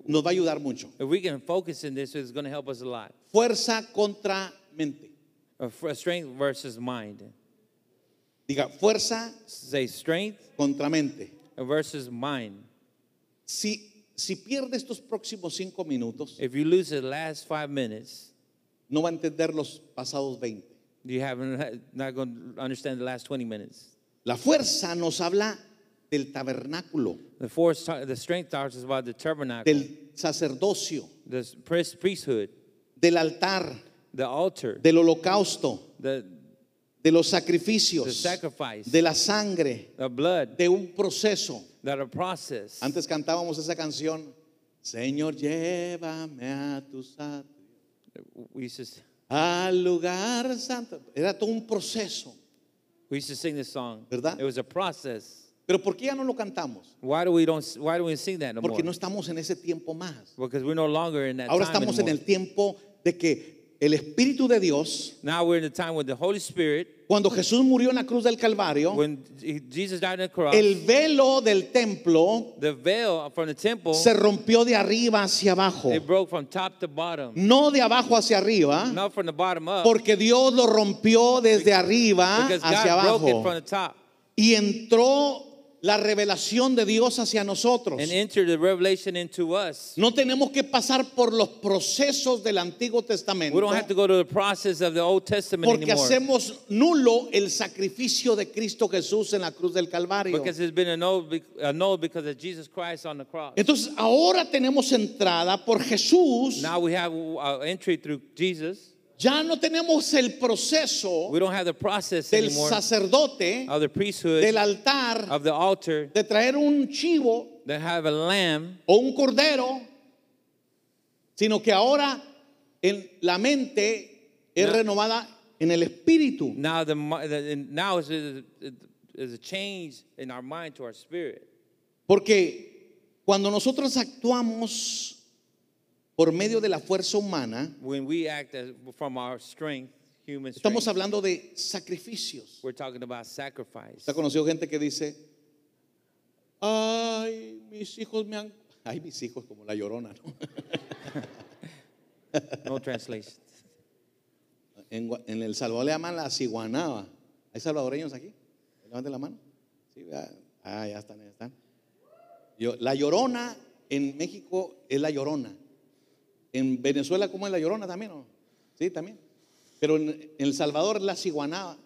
[SPEAKER 2] nos va a ayudar mucho.
[SPEAKER 3] If we can focus in this, it's going to help us a lot.
[SPEAKER 2] Fuerza contra mente.
[SPEAKER 3] Uh, for- Strength versus mind.
[SPEAKER 2] Diga, fuerza
[SPEAKER 3] Say strength
[SPEAKER 2] contra mente.
[SPEAKER 3] versus mind.
[SPEAKER 2] Si, si pierde estos próximos cinco minutos,
[SPEAKER 3] If you lose the last five minutes,
[SPEAKER 2] no va a entender los pasados 20.
[SPEAKER 3] you haven't not going to understand the last 20 minutes.
[SPEAKER 2] La fuerza nos habla del tabernáculo,
[SPEAKER 3] The force, the strength talks about the tabernacle,
[SPEAKER 2] del sacerdocio,
[SPEAKER 3] the s- pris- priesthood,
[SPEAKER 2] del altar,
[SPEAKER 3] the altar,
[SPEAKER 2] del holocausto,
[SPEAKER 3] the,
[SPEAKER 2] de los
[SPEAKER 3] The
[SPEAKER 2] sacrificios,
[SPEAKER 3] sacrifice.
[SPEAKER 2] de la sangre,
[SPEAKER 3] the blood,
[SPEAKER 2] de un proceso.
[SPEAKER 3] that a process.
[SPEAKER 2] Antes cantábamos esa canción, Señor, llévame a tu santo,
[SPEAKER 3] We used to, s-
[SPEAKER 2] al lugar santo. Era todo un proceso.
[SPEAKER 3] we used to sing this song.
[SPEAKER 2] ¿Verdad?
[SPEAKER 3] It was a process.
[SPEAKER 2] Pero ¿por qué ya no lo cantamos?
[SPEAKER 3] Why do we don't? s- Why do we sing that no
[SPEAKER 2] Porque no
[SPEAKER 3] more?
[SPEAKER 2] estamos en ese tiempo más.
[SPEAKER 3] Because we're no longer in that
[SPEAKER 2] Ahora
[SPEAKER 3] time
[SPEAKER 2] estamos en
[SPEAKER 3] anymore.
[SPEAKER 2] el tiempo de que el Espíritu de Dios,
[SPEAKER 3] Now we're in the time when the Holy Spirit,
[SPEAKER 2] cuando Jesús murió en la cruz del Calvario,
[SPEAKER 3] when J- Jesus died on the cross,
[SPEAKER 2] el velo del templo
[SPEAKER 3] the veil from the temple
[SPEAKER 2] se rompió de arriba hacia abajo.
[SPEAKER 3] it broke from top to bottom,
[SPEAKER 2] No de abajo hacia arriba,
[SPEAKER 3] not from the bottom up,
[SPEAKER 2] porque Dios lo rompió desde arriba
[SPEAKER 3] because
[SPEAKER 2] hacia
[SPEAKER 3] God broke it
[SPEAKER 2] abajo.
[SPEAKER 3] from the top
[SPEAKER 2] Y entró la revelación de Dios hacia nosotros.
[SPEAKER 3] and entered the revelation into us.
[SPEAKER 2] No tenemos que pasar por los procesos del Antiguo
[SPEAKER 3] We don't have to
[SPEAKER 2] Testamento
[SPEAKER 3] go to the process of the Old Testament
[SPEAKER 2] porque
[SPEAKER 3] anymore
[SPEAKER 2] hacemos nulo el sacrificio de Cristo Jesús en la cruz del Calvario.
[SPEAKER 3] because it's been annulled, be- annulled because of Jesus Christ on the cross.
[SPEAKER 2] Entonces ahora tenemos entrada por Jesús.
[SPEAKER 3] Now we have uh, entry through Jesus.
[SPEAKER 2] Ya no tenemos el proceso
[SPEAKER 3] We don't have the process
[SPEAKER 2] del
[SPEAKER 3] anymore
[SPEAKER 2] sacerdote,
[SPEAKER 3] of the priesthood,
[SPEAKER 2] del altar,
[SPEAKER 3] of the altar,
[SPEAKER 2] de traer un chivo
[SPEAKER 3] that have a lamb
[SPEAKER 2] o un cordero, sino que ahora en la mente es
[SPEAKER 3] No.
[SPEAKER 2] renovada en el espíritu.
[SPEAKER 3] Now the, mi- the and now is is is a change in our mind to our spirit
[SPEAKER 2] Porque cuando nosotros actuamos por medio de la fuerza humana,
[SPEAKER 3] when we act as, from our strength, human strength.
[SPEAKER 2] estamos hablando de sacrificios.
[SPEAKER 3] We're talking about sacrifice.
[SPEAKER 2] ¿Usted ha conocido gente que dice, ay, mis hijos me han... Ay, mis hijos, como la llorona, ¿no?
[SPEAKER 3] No translation.
[SPEAKER 2] En, Gua- en El Salvador le llaman la ciguanaba. ¿Hay salvadoreños aquí? Levanten la mano. Sí, vea. ah, ya están, ya están. Yo- la llorona en México es la llorona. En Venezuela, ¿cómo es la llorona también? o? Sí, también. Pero en, en El Salvador, la ciguanaba.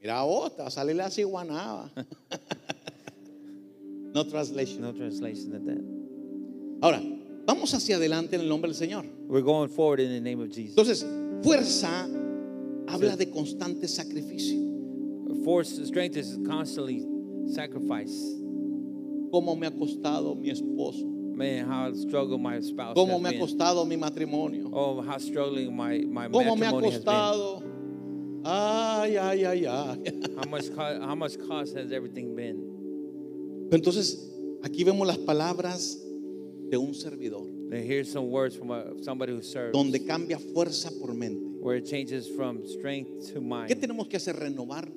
[SPEAKER 2] Mira, otra, sale la ciguanaba. no translation.
[SPEAKER 3] No translation of that.
[SPEAKER 2] Ahora, vamos hacia adelante en el nombre del Señor.
[SPEAKER 3] We're going forward in the name of Jesus.
[SPEAKER 2] Entonces, fuerza habla de constante sacrificio.
[SPEAKER 3] Force strength is constantly sacrifice.
[SPEAKER 2] cómo me ha costado mi esposo,
[SPEAKER 3] Man, how struggle my spouse
[SPEAKER 2] cómo
[SPEAKER 3] has
[SPEAKER 2] me ha
[SPEAKER 3] been.
[SPEAKER 2] costado mi matrimonio,
[SPEAKER 3] Oh, how struggling my my
[SPEAKER 2] cómo me ha
[SPEAKER 3] matrimony has been.
[SPEAKER 2] costado. Ay, ay, ay, ay.
[SPEAKER 3] How much co- how much cost has everything been?
[SPEAKER 2] Pero entonces, aquí vemos las palabras de un servidor,
[SPEAKER 3] Then here's some words from a, somebody who serves.
[SPEAKER 2] donde cambia fuerza por mente.
[SPEAKER 3] where it changes from strength to
[SPEAKER 2] ¿Qué
[SPEAKER 3] mind.
[SPEAKER 2] tenemos que hacer? Renovar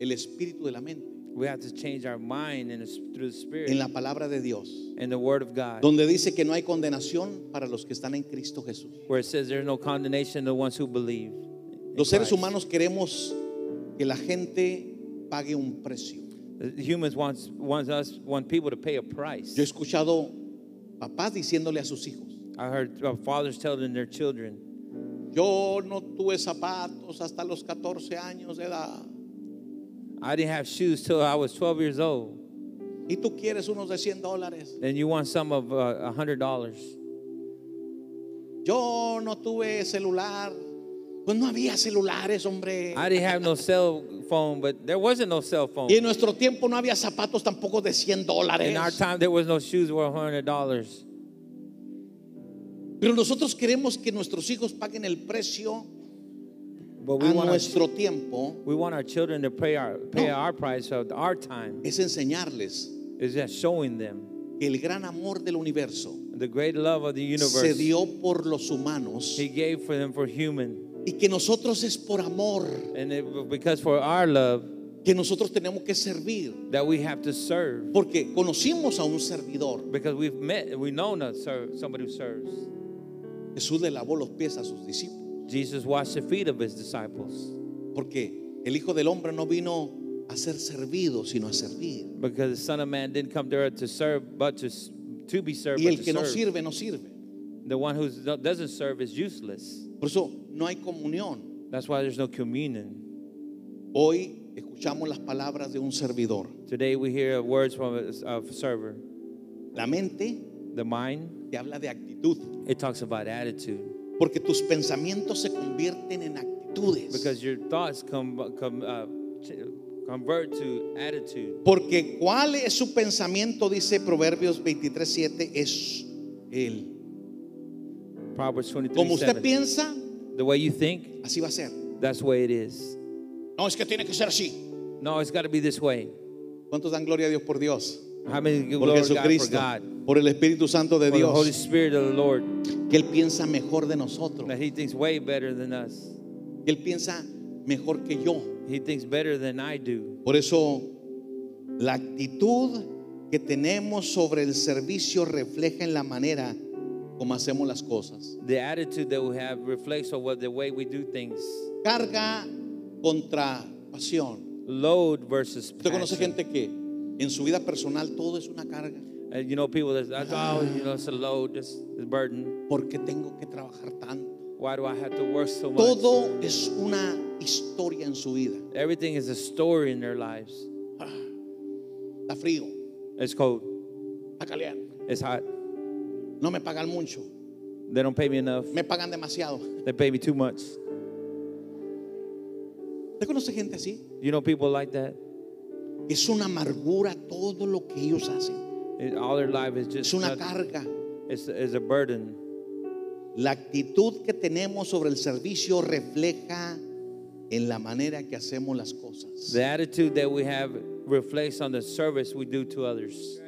[SPEAKER 2] el espíritu de la mente
[SPEAKER 3] We have to change our mind in the, s- through the Spirit
[SPEAKER 2] en la palabra de Dios,
[SPEAKER 3] and the Word of God,
[SPEAKER 2] donde dice que no hay condenación para los que están en Cristo Jesús.
[SPEAKER 3] where it says there's no condemnation to the ones who believe. in
[SPEAKER 2] Los seres
[SPEAKER 3] Christ.
[SPEAKER 2] humanos queremos que la gente pague un precio.
[SPEAKER 3] The humans wants wants us want people to pay a price.
[SPEAKER 2] Yo he escuchado papás diciéndole a sus hijos,
[SPEAKER 3] I heard uh, fathers telling their children,
[SPEAKER 2] Yo no tuve zapatos hasta los 14 años de edad.
[SPEAKER 3] "I didn't have shoes till I was 12 years old,
[SPEAKER 2] Y tú quieres unos de 100 dólares.
[SPEAKER 3] and you want some of uh, hundred dollars."
[SPEAKER 2] Yo no tuve celular. Pues no había celulares, hombre.
[SPEAKER 3] I didn't have no cell phone, but there wasn't no cell phone.
[SPEAKER 2] Y en nuestro tiempo no había zapatos tampoco de 100
[SPEAKER 3] In our
[SPEAKER 2] dólares.
[SPEAKER 3] time, there was no shoes worth hundred dollars.
[SPEAKER 2] Pero nosotros queremos que nuestros hijos paguen el precio
[SPEAKER 3] But we
[SPEAKER 2] a
[SPEAKER 3] want our
[SPEAKER 2] nuestro tiempo.
[SPEAKER 3] We want our children to pay our pay
[SPEAKER 2] No.
[SPEAKER 3] our price of our time.
[SPEAKER 2] Es enseñarles
[SPEAKER 3] Is that showing them
[SPEAKER 2] que el gran amor del universo
[SPEAKER 3] the great love of the
[SPEAKER 2] se
[SPEAKER 3] universe
[SPEAKER 2] dio por los humanos
[SPEAKER 3] He gave for them for human,
[SPEAKER 2] y que nosotros es por amor
[SPEAKER 3] and it, because for our love
[SPEAKER 2] que nosotros tenemos que servir.
[SPEAKER 3] that we have to serve,
[SPEAKER 2] Porque conocimos a un servidor.
[SPEAKER 3] because we've met we know not serve, somebody who serves.
[SPEAKER 2] Jesús le lavó los pies a sus discípulos.
[SPEAKER 3] Jesus washed the feet of his disciples
[SPEAKER 2] Porque el Hijo del Hombre no vino a ser servido, sino a servir.
[SPEAKER 3] because the Son of Man didn't come to earth to serve, but to s- to be served.
[SPEAKER 2] Y
[SPEAKER 3] But
[SPEAKER 2] el
[SPEAKER 3] to
[SPEAKER 2] que no
[SPEAKER 3] serve.
[SPEAKER 2] sirve, no sirve.
[SPEAKER 3] The one who doesn't serve is useless.
[SPEAKER 2] Por eso no hay comunión.
[SPEAKER 3] That's why there's no communion.
[SPEAKER 2] Hoy escuchamos las palabras de un servidor.
[SPEAKER 3] Today we hear words from a, of a server.
[SPEAKER 2] La mente
[SPEAKER 3] The mind
[SPEAKER 2] te habla de actitud.
[SPEAKER 3] It talks about attitude
[SPEAKER 2] Porque tus pensamientos se convierten en actitudes.
[SPEAKER 3] because your thoughts come, come uh, ch- convert to attitude.
[SPEAKER 2] Porque cuál es su pensamiento, dice Proverbios 23:7, es Él.
[SPEAKER 3] Proverbs 23
[SPEAKER 2] Como usted
[SPEAKER 3] 7.
[SPEAKER 2] piensa,
[SPEAKER 3] The way you think,
[SPEAKER 2] así va a ser.
[SPEAKER 3] that's the way it is.
[SPEAKER 2] No, es que tiene que ser así.
[SPEAKER 3] No, it's got to be this way.
[SPEAKER 2] ¿Cuántos dan gloria a Dios por Dios?
[SPEAKER 3] How many give
[SPEAKER 2] Por
[SPEAKER 3] glory to God for
[SPEAKER 2] Jesucristo,
[SPEAKER 3] God?
[SPEAKER 2] por el Espíritu Santo de
[SPEAKER 3] For the Holy
[SPEAKER 2] Dios,
[SPEAKER 3] Spirit of the Lord,
[SPEAKER 2] que Él piensa mejor de nosotros,
[SPEAKER 3] that He thinks way better than us.
[SPEAKER 2] que Él piensa mejor que yo.
[SPEAKER 3] He thinks better than I do.
[SPEAKER 2] Por eso, la actitud que tenemos sobre el servicio refleja en la manera como hacemos las cosas.
[SPEAKER 3] The attitude that we have reflects on what the way we do things.
[SPEAKER 2] Carga contra pasión.
[SPEAKER 3] Load versus
[SPEAKER 2] Usted conoce
[SPEAKER 3] passion.
[SPEAKER 2] gente que en su vida personal todo es una carga
[SPEAKER 3] And Uh, you know, people that's that's, oh, you know, it's a load, it's a burden.
[SPEAKER 2] porque tengo que trabajar tanto.
[SPEAKER 3] Why do I have to work so much?
[SPEAKER 2] Todo es una historia en su vida.
[SPEAKER 3] Everything is a story in their lives.
[SPEAKER 2] Está frío,
[SPEAKER 3] It's cold.
[SPEAKER 2] está caliente,
[SPEAKER 3] It's hot.
[SPEAKER 2] no me pagan mucho,
[SPEAKER 3] They don't pay me enough.
[SPEAKER 2] me pagan demasiado.
[SPEAKER 3] They pay me too much.
[SPEAKER 2] ¿Usted conoce gente así?
[SPEAKER 3] You know, people like that.
[SPEAKER 2] Es una amargura todo lo que ellos hacen.
[SPEAKER 3] It- all their life is
[SPEAKER 2] Es
[SPEAKER 3] just
[SPEAKER 2] una
[SPEAKER 3] nothing.
[SPEAKER 2] carga.
[SPEAKER 3] It's, it's a burden.
[SPEAKER 2] La actitud que tenemos sobre el servicio refleja en la manera que hacemos las cosas.
[SPEAKER 3] The attitude that we have reflects on the service we do to others.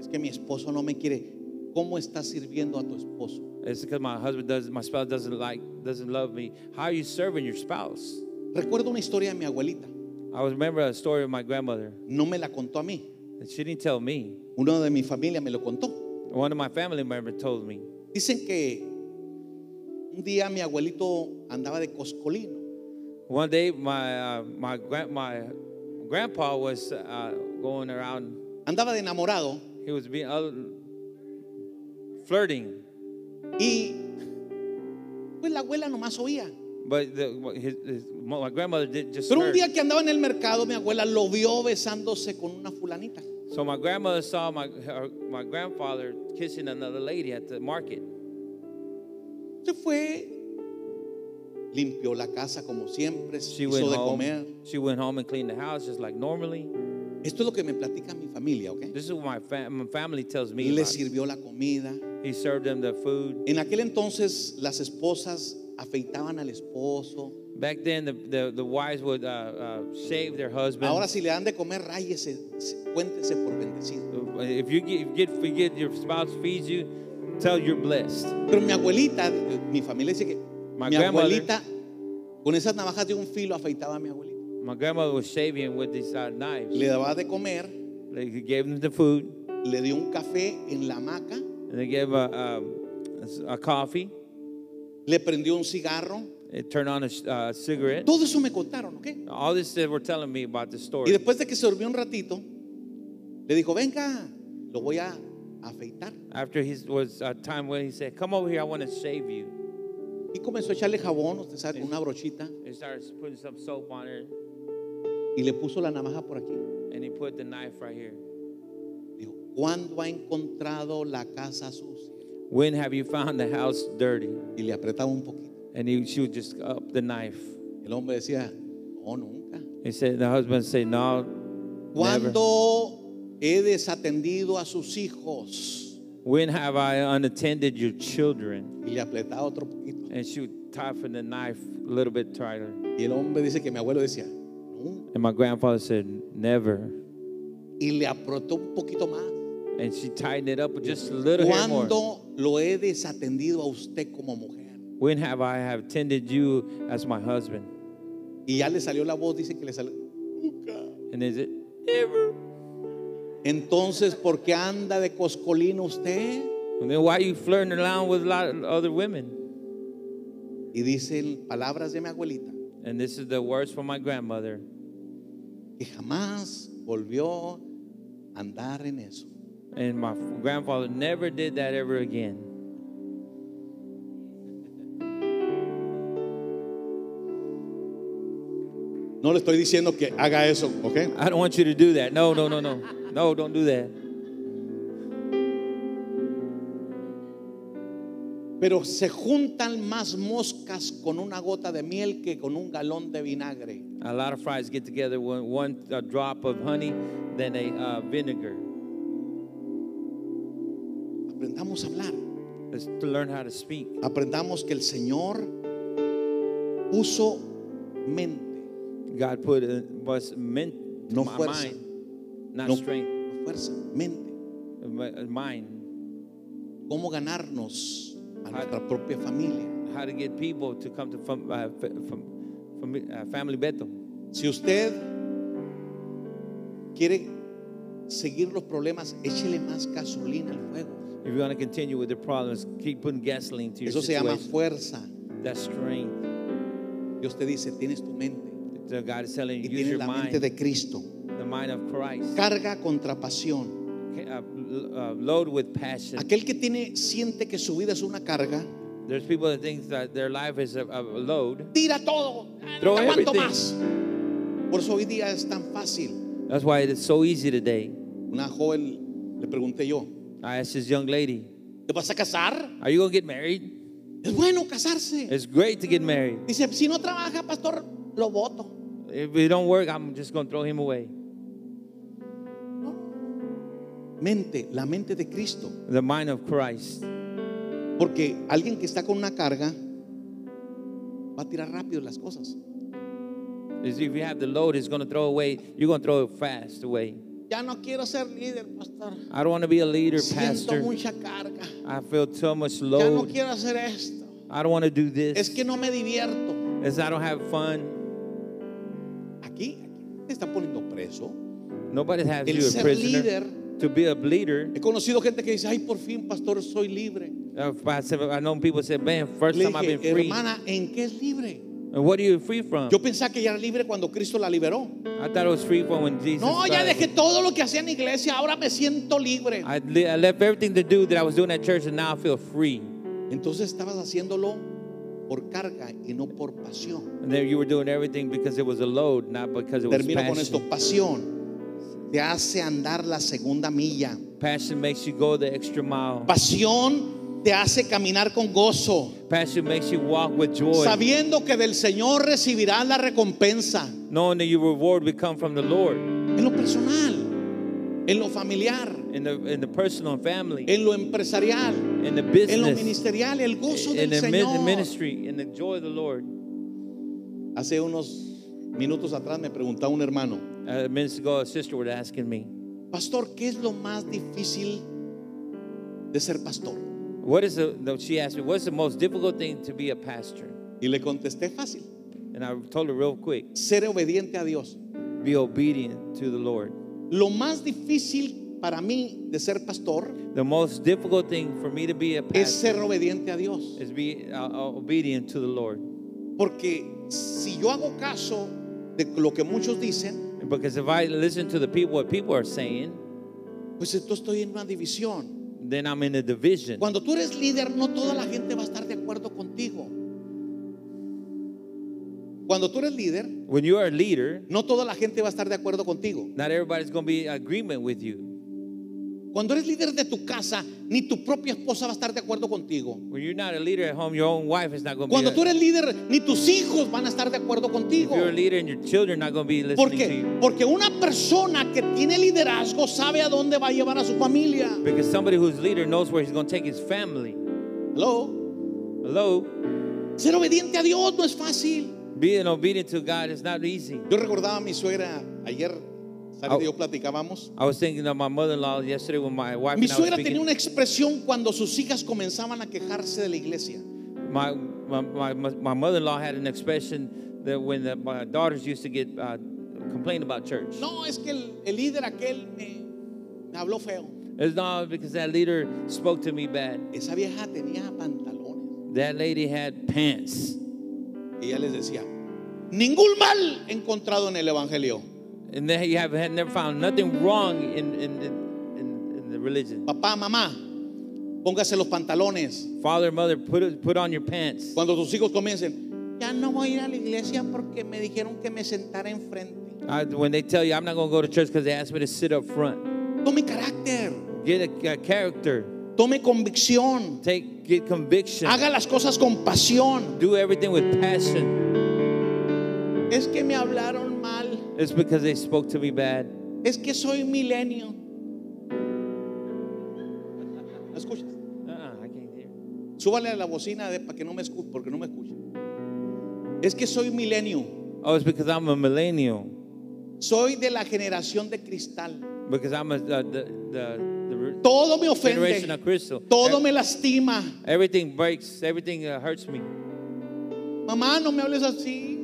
[SPEAKER 2] Es que mi esposo no me quiere. ¿Cómo estás sirviendo a tu esposo?
[SPEAKER 3] It's because my husband does, my spouse doesn't like, doesn't love me. How are you serving your spouse?
[SPEAKER 2] Recuerdo una historia de mi abuelita.
[SPEAKER 3] I remember a story of my grandmother,
[SPEAKER 2] No me la contó a mí.
[SPEAKER 3] and she didn't tell me.
[SPEAKER 2] Uno de mi familia me lo contó.
[SPEAKER 3] One of my family members told me.
[SPEAKER 2] Dicen que un día mi abuelito andaba de coscolino.
[SPEAKER 3] One day, my uh, my grand my grandpa was uh, going around.
[SPEAKER 2] Andaba de enamorado
[SPEAKER 3] He was being uh, flirting,
[SPEAKER 2] y pues la abuela nomás oía.
[SPEAKER 3] but the, his, his, my grandmother did just.
[SPEAKER 2] Pero un
[SPEAKER 3] heard.
[SPEAKER 2] día que andaba en el mercado, mi abuela lo vio besándose con una fulanita.
[SPEAKER 3] So my grandmother saw my her, my grandfather kissing another lady at the market.
[SPEAKER 2] Se fue, limpió la casa como siempre,
[SPEAKER 3] She
[SPEAKER 2] hizo
[SPEAKER 3] went
[SPEAKER 2] de
[SPEAKER 3] home.
[SPEAKER 2] comer.
[SPEAKER 3] She went home and cleaned the house just like normally.
[SPEAKER 2] Esto es lo que me platica mi familia, ¿ok?
[SPEAKER 3] This is what my, fam- my family tells me.
[SPEAKER 2] Le
[SPEAKER 3] about.
[SPEAKER 2] sirvió la comida.
[SPEAKER 3] He served them the food.
[SPEAKER 2] En aquel entonces las esposas afeitaban al esposo.
[SPEAKER 3] Back then, the, the, the wives would uh, uh, shave their husbands.
[SPEAKER 2] Ahora si le dan de comer, ráyese, cuéntese por bendecido.
[SPEAKER 3] If you get, get, forget your spouse feeds you, tell you're blessed.
[SPEAKER 2] Pero mi abuelita, mi familia dice que mi
[SPEAKER 3] grandmother-
[SPEAKER 2] abuelita con esas navajas de un filo afeitaba a mi abuelita.
[SPEAKER 3] My grandmother was shaving with these uh, knives.
[SPEAKER 2] Le daba de comer,
[SPEAKER 3] They gave them the food,
[SPEAKER 2] le dio un café en la hamaca,
[SPEAKER 3] and they gave a, um, a, coffee.
[SPEAKER 2] le prendió un cigarro.
[SPEAKER 3] It turned on a sh- uh, cigarette.
[SPEAKER 2] Todo eso me contaron, ¿ok?
[SPEAKER 3] All this they were telling me about the
[SPEAKER 2] Y
[SPEAKER 3] story.
[SPEAKER 2] después de que se durmió un ratito, le dijo, venga, lo voy a afeitar.
[SPEAKER 3] After he was uh, time when he said, "Come over here, I want to shave you."
[SPEAKER 2] Y comenzó a echarle jabón, usted sabe, con una brochita,
[SPEAKER 3] He started putting some soap on her,
[SPEAKER 2] y le puso la navaja por aquí.
[SPEAKER 3] and he put the knife right here.
[SPEAKER 2] Dijo, ¿cuándo ha encontrado la casa sucia?
[SPEAKER 3] When have you found the house dirty?
[SPEAKER 2] Y le apretaba un poquito.
[SPEAKER 3] And he, she would just up the knife.
[SPEAKER 2] El hombre decía, no, nunca.
[SPEAKER 3] He said, the husband said, "No,
[SPEAKER 2] ¿Cuándo he desatendido a sus hijos?
[SPEAKER 3] When have I unattended your children?
[SPEAKER 2] Y le apretaba otro poquito.
[SPEAKER 3] And she would toughen the knife a little bit tighter.
[SPEAKER 2] Y el hombre dice que mi abuelo decía, nunca.
[SPEAKER 3] And my grandfather said, Never.
[SPEAKER 2] Y le apretó un poquito más.
[SPEAKER 3] And she tightened it up just a little bit more.
[SPEAKER 2] ¿Cuándo lo he desatendido a usted como mujer?
[SPEAKER 3] When have I have tended you as my husband?
[SPEAKER 2] Y ya le salió la voz, dice que le salió. Nunca.
[SPEAKER 3] And is it never?
[SPEAKER 2] Entonces, ¿por qué anda de coscolino usted?
[SPEAKER 3] And then why you flirting around with a lot of other women?
[SPEAKER 2] Y dicen palabras de mi abuelita,
[SPEAKER 3] And this is the words from my grandmother.
[SPEAKER 2] que jamás volvió a andar en eso.
[SPEAKER 3] And my grandfather never did that ever again.
[SPEAKER 2] No le estoy diciendo que haga eso, ¿ok?
[SPEAKER 3] I don't want you to do that. No, no, no, no. No, don't do that.
[SPEAKER 2] Pero se juntan más moscas con una gota de miel que con un galón de vinagre.
[SPEAKER 3] A lot of fries get together with one a drop of honey, then a uh, vinegar.
[SPEAKER 2] Aprendamos a hablar.
[SPEAKER 3] is to learn how to speak.
[SPEAKER 2] Aprendamos que el Señor puso mente,
[SPEAKER 3] God put uh, was meant to
[SPEAKER 2] No
[SPEAKER 3] my
[SPEAKER 2] fuerza.
[SPEAKER 3] mind, not
[SPEAKER 2] no
[SPEAKER 3] strength,
[SPEAKER 2] no fuerza, mente.
[SPEAKER 3] my uh, mind.
[SPEAKER 2] Cómo ganarnos a nuestra propia familia.
[SPEAKER 3] How to get people to come to from, uh, fa- from, from uh, family Beto.
[SPEAKER 2] Si usted quiere seguir los problemas, échele más gasolina al fuego.
[SPEAKER 3] If you want to continue with the problems, keep putting gasoline to your
[SPEAKER 2] Eso se llama
[SPEAKER 3] situation.
[SPEAKER 2] fuerza.
[SPEAKER 3] That's strength.
[SPEAKER 2] Dios te dice, tienes tu mente
[SPEAKER 3] So God is telling
[SPEAKER 2] y
[SPEAKER 3] you, use
[SPEAKER 2] tienes
[SPEAKER 3] your
[SPEAKER 2] la mente
[SPEAKER 3] mind,
[SPEAKER 2] de Cristo.
[SPEAKER 3] the mind of Christ.
[SPEAKER 2] Carga contra pasión.
[SPEAKER 3] Ca- Uh, l- uh, load with passion.
[SPEAKER 2] Aquel que tiene siente que su vida es una carga,
[SPEAKER 3] There's people that think that their life is a, a load.
[SPEAKER 2] tira todo. Ah, No
[SPEAKER 3] Throw
[SPEAKER 2] te aguanto
[SPEAKER 3] everything.
[SPEAKER 2] más. Por eso hoy día es tan fácil.
[SPEAKER 3] That's why it is so easy today.
[SPEAKER 2] Una joven le pregunté yo,
[SPEAKER 3] I asked this young lady,
[SPEAKER 2] ¿te vas a casar?
[SPEAKER 3] Are you going to get married?
[SPEAKER 2] Es bueno casarse.
[SPEAKER 3] It's great to get married.
[SPEAKER 2] Dice, si no trabaja, pastor, lo voto.
[SPEAKER 3] If it don't work, I'm just going to throw him away.
[SPEAKER 2] Mente, la mente de Cristo.
[SPEAKER 3] The mind of Christ.
[SPEAKER 2] Porque alguien que está con una carga va a tirar rápido las cosas.
[SPEAKER 3] Is if you have the load, it's going to throw away. You're going to throw it fast away.
[SPEAKER 2] Ya no quiero ser líder, pastor.
[SPEAKER 3] I don't want to be a leader,
[SPEAKER 2] Siento
[SPEAKER 3] pastor.
[SPEAKER 2] mucha carga.
[SPEAKER 3] I feel so much
[SPEAKER 2] Ya no
[SPEAKER 3] load.
[SPEAKER 2] quiero hacer esto.
[SPEAKER 3] I don't want to do
[SPEAKER 2] Es
[SPEAKER 3] this.
[SPEAKER 2] que no me divierto.
[SPEAKER 3] As I don't have fun.
[SPEAKER 2] Aquí, aquí te están poniendo preso.
[SPEAKER 3] Nobody has
[SPEAKER 2] El
[SPEAKER 3] you a
[SPEAKER 2] ser
[SPEAKER 3] prisoner.
[SPEAKER 2] líder.
[SPEAKER 3] To be a leader,
[SPEAKER 2] He conocido gente que dice, ay, por fin, pastor, soy libre.
[SPEAKER 3] I've I've known people say, man, first
[SPEAKER 2] Le
[SPEAKER 3] time I've been
[SPEAKER 2] dije,
[SPEAKER 3] free.
[SPEAKER 2] hermana, ¿en qué es libre?
[SPEAKER 3] And what are you free from?
[SPEAKER 2] Yo pensaba que ya era libre cuando Cristo la liberó.
[SPEAKER 3] I thought I was free from when Jesus
[SPEAKER 2] No, ya
[SPEAKER 3] died.
[SPEAKER 2] dejé todo lo que hacía en la iglesia, ahora me siento libre.
[SPEAKER 3] I, li- I left everything to do that I was doing at church and now I feel free.
[SPEAKER 2] Entonces estabas haciéndolo por carga y no por pasión.
[SPEAKER 3] And then you were doing everything because it was a load, not because it was
[SPEAKER 2] Termino con
[SPEAKER 3] passion.
[SPEAKER 2] esto, pasión te hace andar la segunda milla.
[SPEAKER 3] Passion makes you go the extra mile.
[SPEAKER 2] Pasión te hace caminar con gozo,
[SPEAKER 3] Passion makes you walk with joy,
[SPEAKER 2] sabiendo que del Señor recibirás la recompensa.
[SPEAKER 3] knowing that your reward will come from the Lord
[SPEAKER 2] En lo personal, en lo familiar,
[SPEAKER 3] in the in the personal and family,
[SPEAKER 2] en lo empresarial,
[SPEAKER 3] in the
[SPEAKER 2] en lo
[SPEAKER 3] business,
[SPEAKER 2] ministerial, el gozo
[SPEAKER 3] in
[SPEAKER 2] del
[SPEAKER 3] the min-
[SPEAKER 2] Señor.
[SPEAKER 3] ministry, in the joy of the Lord.
[SPEAKER 2] Hace unos minutos atrás me preguntaba un hermano,
[SPEAKER 3] Uh, minutes ago, a sister was asking me,
[SPEAKER 2] Pastor, ¿qué es lo más difícil de ser pastor?
[SPEAKER 3] "What is the?" No, she asked me, "What's the most difficult thing to be a pastor?"
[SPEAKER 2] Y le contesté fácil,
[SPEAKER 3] And I told her real quick,
[SPEAKER 2] ser obediente a Dios.
[SPEAKER 3] "Be obedient to the Lord."
[SPEAKER 2] Lo más difícil para mí de ser pastor
[SPEAKER 3] The most difficult thing for me to be a
[SPEAKER 2] es
[SPEAKER 3] pastor
[SPEAKER 2] ser obediente a Dios.
[SPEAKER 3] is be uh, uh, obedient to the Lord.
[SPEAKER 2] Porque si yo hago caso de lo que muchos dicen,
[SPEAKER 3] Because if I listen to the people, what people are saying,
[SPEAKER 2] pues entonces estoy en una división.
[SPEAKER 3] then I'm in a division.
[SPEAKER 2] Cuando tú eres líder, no toda la gente va a estar de acuerdo contigo. Cuando tú eres líder,
[SPEAKER 3] When you are a leader,
[SPEAKER 2] no toda la gente va a estar de acuerdo contigo.
[SPEAKER 3] not everybody's going to be in agreement with you.
[SPEAKER 2] Cuando eres líder de tu casa, ni tu propia esposa va a estar de acuerdo contigo.
[SPEAKER 3] When you're not a leader at home, your own wife is not going to
[SPEAKER 2] Cuando
[SPEAKER 3] be.
[SPEAKER 2] tú eres líder, ni tus hijos van a estar de acuerdo
[SPEAKER 3] if
[SPEAKER 2] contigo.
[SPEAKER 3] you're a leader and your children are not going to be listening to
[SPEAKER 2] Porque,
[SPEAKER 3] you.
[SPEAKER 2] porque una persona que tiene liderazgo sabe a dónde va a llevar a su familia.
[SPEAKER 3] Because somebody who's leader knows where he's going to take his family.
[SPEAKER 2] Hello.
[SPEAKER 3] Hello?
[SPEAKER 2] Ser obediente a Dios no es fácil.
[SPEAKER 3] Being obedient to God is not easy.
[SPEAKER 2] Yo recordaba a mi suegra ayer, Sara
[SPEAKER 3] Au.
[SPEAKER 2] y yo platicábamos.
[SPEAKER 3] I was thinking of my mother in law yesterday when my wife
[SPEAKER 2] Mi
[SPEAKER 3] and I was
[SPEAKER 2] suegra tenía
[SPEAKER 3] speaking.
[SPEAKER 2] una expresión cuando sus hijas comenzaban a quejarse de la iglesia.
[SPEAKER 3] My, my, my, my mother in law had an expression that when the, my daughters used to get uh, complained about church.
[SPEAKER 2] No, es que el, el líder aquel me, me habló feo.
[SPEAKER 3] It's not because that leader spoke to me bad.
[SPEAKER 2] Esa vieja tenía pantalones.
[SPEAKER 3] That lady had pants.
[SPEAKER 2] Y ella les decía, ningún mal encontrado en el Evangelio.
[SPEAKER 3] And then you have had never found nothing wrong in, in, in, in, in the religion.
[SPEAKER 2] Papá, mamá, póngase los pantalones.
[SPEAKER 3] Father, mother, put, it- put on your pants.
[SPEAKER 2] Cuando tus hijos comiencen, ya no voy a ir a la iglesia porque me dijeron que me sentara enfrente.
[SPEAKER 3] I, when they tell you, I'm not going to go to church because they asked me to sit up front.
[SPEAKER 2] Tome carácter,
[SPEAKER 3] Get a, a character.
[SPEAKER 2] tome convicción,
[SPEAKER 3] Take, get conviction.
[SPEAKER 2] haga las cosas con pasión.
[SPEAKER 3] Do everything with passion.
[SPEAKER 2] Es que me hablaron mal,
[SPEAKER 3] It's because they spoke to me bad.
[SPEAKER 2] es que soy milenio. ¿Me escuchas?
[SPEAKER 3] Uh-uh, I can't hear.
[SPEAKER 2] Súbale a la bocina de, para que no me escuche, porque no me escucha. Es que soy milenio,
[SPEAKER 3] Oh, it's because I'm a millennial.
[SPEAKER 2] soy de la generación de cristal.
[SPEAKER 3] Because I'm a, the, the, the,
[SPEAKER 2] Todo me
[SPEAKER 3] the generation of
[SPEAKER 2] ofende,
[SPEAKER 3] crystal.
[SPEAKER 2] todo me lastima.
[SPEAKER 3] Everything breaks. Everything uh, hurts me.
[SPEAKER 2] Mamá, no me hables así,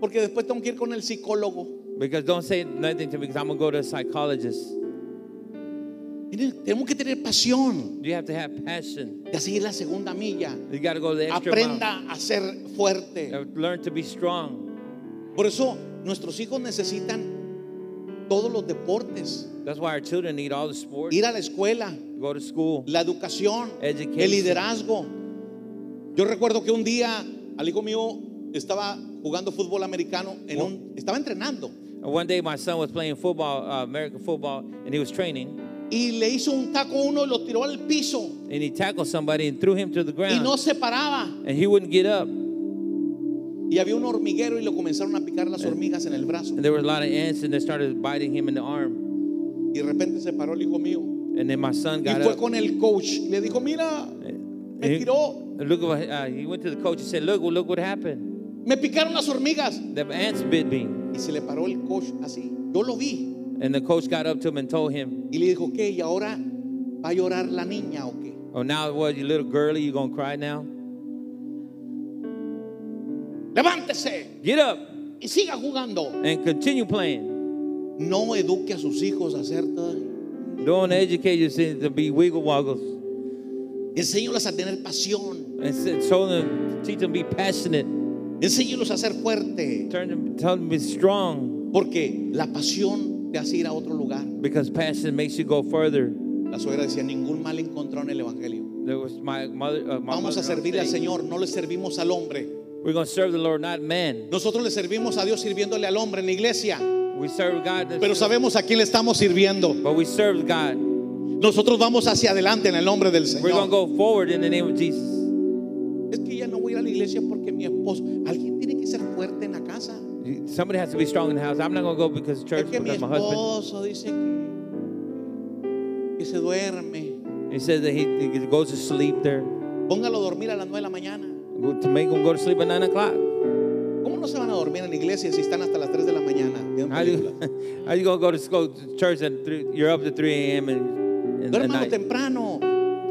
[SPEAKER 2] porque después tengo que ir con el psicólogo.
[SPEAKER 3] Because don't say nothing to me because I'm going to go to a psychologist.
[SPEAKER 2] Miren, tenemos que tener pasión
[SPEAKER 3] You have to have passion.
[SPEAKER 2] y así es la segunda milla.
[SPEAKER 3] You got to go the extra mile.
[SPEAKER 2] Aprenda a ser
[SPEAKER 3] You
[SPEAKER 2] fuerte.
[SPEAKER 3] have to Learn to be strong.
[SPEAKER 2] Por eso nuestros hijos necesitan todos los deportes,
[SPEAKER 3] That's why our children need all the sports.
[SPEAKER 2] ir a la escuela,
[SPEAKER 3] Go to school.
[SPEAKER 2] la educación,
[SPEAKER 3] Education.
[SPEAKER 2] el liderazgo. Yo recuerdo que un día al hijo mío estaba jugando fútbol americano, en
[SPEAKER 3] Oh.
[SPEAKER 2] un- estaba entrenando
[SPEAKER 3] And one day my son was playing football, uh, American football, and he was training.
[SPEAKER 2] y le hizo un taco a uno y lo tiró al piso
[SPEAKER 3] And he tackled somebody and threw him to the
[SPEAKER 2] y
[SPEAKER 3] ground.
[SPEAKER 2] no se paraba.
[SPEAKER 3] and he wouldn't get up. And
[SPEAKER 2] Y había un hormiguero y le comenzaron a picar
[SPEAKER 3] Eh.
[SPEAKER 2] las hormigas en el brazo.
[SPEAKER 3] there were a lot of ants and they started biting him in the arm.
[SPEAKER 2] Y de repente se paró el hijo mío
[SPEAKER 3] And then my son
[SPEAKER 2] y
[SPEAKER 3] got
[SPEAKER 2] fue
[SPEAKER 3] up. Eh,
[SPEAKER 2] con el coach. y Le dijo, mira,
[SPEAKER 3] And
[SPEAKER 2] me
[SPEAKER 3] he,
[SPEAKER 2] tiró,
[SPEAKER 3] look what, uh, he went to the coach and said, look, look what happened.
[SPEAKER 2] me picaron las hormigas.
[SPEAKER 3] The ants bit me.
[SPEAKER 2] Y se le paró el coach así. Yo lo vi.
[SPEAKER 3] And the coach got up to him and told him,
[SPEAKER 2] Y le dijo, ¿qué? ¿Y ahora va a llorar la niña o qué?
[SPEAKER 3] oh, now what, you little girly, you going to cry now?
[SPEAKER 2] Levántese
[SPEAKER 3] Get up
[SPEAKER 2] y siga jugando.
[SPEAKER 3] and continue playing.
[SPEAKER 2] No eduque a sus hijos a hacer todo.
[SPEAKER 3] Don't educate yourself to be wiggle woggles.
[SPEAKER 2] Enséñalos a tener pasión.
[SPEAKER 3] And s- so them, teach them to be passionate.
[SPEAKER 2] Enséñalos a ser fuerte.
[SPEAKER 3] Turn them, tell them to be strong
[SPEAKER 2] Porque la pasión te hace ir a otro lugar.
[SPEAKER 3] because passion makes you go further.
[SPEAKER 2] La suegra decía, ningún mal encontrado en el Evangelio.
[SPEAKER 3] There was my mother, uh, my
[SPEAKER 2] Vamos
[SPEAKER 3] mother
[SPEAKER 2] a servirle al
[SPEAKER 3] always say,
[SPEAKER 2] Señor, no le servimos al hombre.
[SPEAKER 3] We're going to serve the Lord, not man.
[SPEAKER 2] Nosotros le servimos a Dios sirviéndole al hombre en la iglesia,
[SPEAKER 3] We serve God,
[SPEAKER 2] pero sabemos a quién le estamos sirviendo.
[SPEAKER 3] but we serve God.
[SPEAKER 2] Nosotros vamos hacia adelante en el nombre del
[SPEAKER 3] We're going to
[SPEAKER 2] Señor.
[SPEAKER 3] go forward in the name of Jesus.
[SPEAKER 2] Es que ya no voy a ir a la iglesia porque mi esposo, alguien tiene que ser fuerte en la casa.
[SPEAKER 3] You- Somebody has to be strong in the house. I'm not going to go because
[SPEAKER 2] Es
[SPEAKER 3] church,
[SPEAKER 2] que mi
[SPEAKER 3] because my husband.
[SPEAKER 2] esposo dice que, que se duerme.
[SPEAKER 3] He says that he, he goes to sleep there.
[SPEAKER 2] Póngalo a dormir a las 9 de la mañana.
[SPEAKER 3] Go- To make him go to sleep at 9 o'clock.
[SPEAKER 2] ¿Cómo no se van a dormir en la iglesia si están hasta las 3 de la mañana? viendo
[SPEAKER 3] How
[SPEAKER 2] películas?
[SPEAKER 3] you, how you going to go to school, to church, and three, you're up to 3 a.m. and, and, and
[SPEAKER 2] Duérmalo
[SPEAKER 3] night.
[SPEAKER 2] temprano.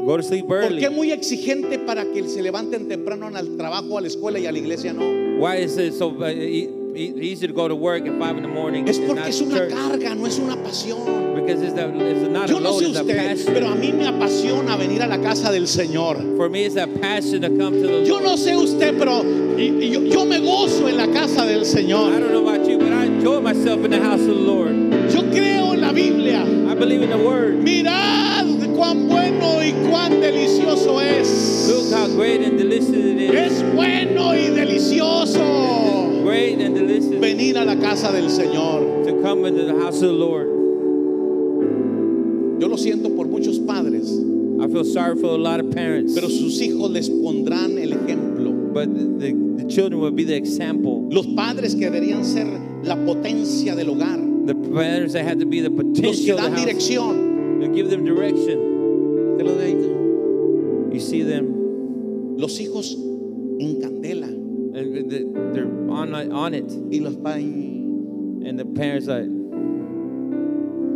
[SPEAKER 3] Go to sleep
[SPEAKER 2] ¿Por
[SPEAKER 3] early.
[SPEAKER 2] qué muy exigente para que se levanten temprano al trabajo, a la escuela y a la iglesia no?
[SPEAKER 3] Why is it so uh, e- e- easy to go to work at five in the morning?
[SPEAKER 2] Es
[SPEAKER 3] and
[SPEAKER 2] porque
[SPEAKER 3] not
[SPEAKER 2] es una
[SPEAKER 3] church?
[SPEAKER 2] carga, no es una pasión.
[SPEAKER 3] Because it's, a, it's not a
[SPEAKER 2] Yo no
[SPEAKER 3] load,
[SPEAKER 2] sé
[SPEAKER 3] it's a
[SPEAKER 2] usted,
[SPEAKER 3] passion.
[SPEAKER 2] pero a mí me apasiona venir a la casa del Señor.
[SPEAKER 3] For me, it's a passion to come to the Lord.
[SPEAKER 2] Yo no sé usted, pero y- y yo, yo me gozo en la casa del
[SPEAKER 3] I
[SPEAKER 2] Señor.
[SPEAKER 3] don't know about you, but I enjoy myself in the house of the Lord.
[SPEAKER 2] Yo creo en la Biblia.
[SPEAKER 3] I believe in the Word.
[SPEAKER 2] Mirad cuán bueno y cuán delicioso
[SPEAKER 3] Look
[SPEAKER 2] es.
[SPEAKER 3] how great and delicious it is.
[SPEAKER 2] Es bueno y delicioso
[SPEAKER 3] Great and delicious
[SPEAKER 2] venir a la casa del Señor.
[SPEAKER 3] to come into the house of the Lord.
[SPEAKER 2] Yo lo siento por muchos padres,
[SPEAKER 3] I feel sorry for a lot of parents,
[SPEAKER 2] pero sus hijos les pondrán el ejemplo.
[SPEAKER 3] but the, the, the children will be the example.
[SPEAKER 2] Los padres que deberían ser la potencia del hogar,
[SPEAKER 3] The parents that have to be the
[SPEAKER 2] los que
[SPEAKER 3] potential of
[SPEAKER 2] dan
[SPEAKER 3] the house,
[SPEAKER 2] dirección.
[SPEAKER 3] to give them direction.
[SPEAKER 2] Te lo dedico.
[SPEAKER 3] You see them,
[SPEAKER 2] Los hijos en candela
[SPEAKER 3] and they- they're on, on it.
[SPEAKER 2] y los padres.
[SPEAKER 3] And the parents like,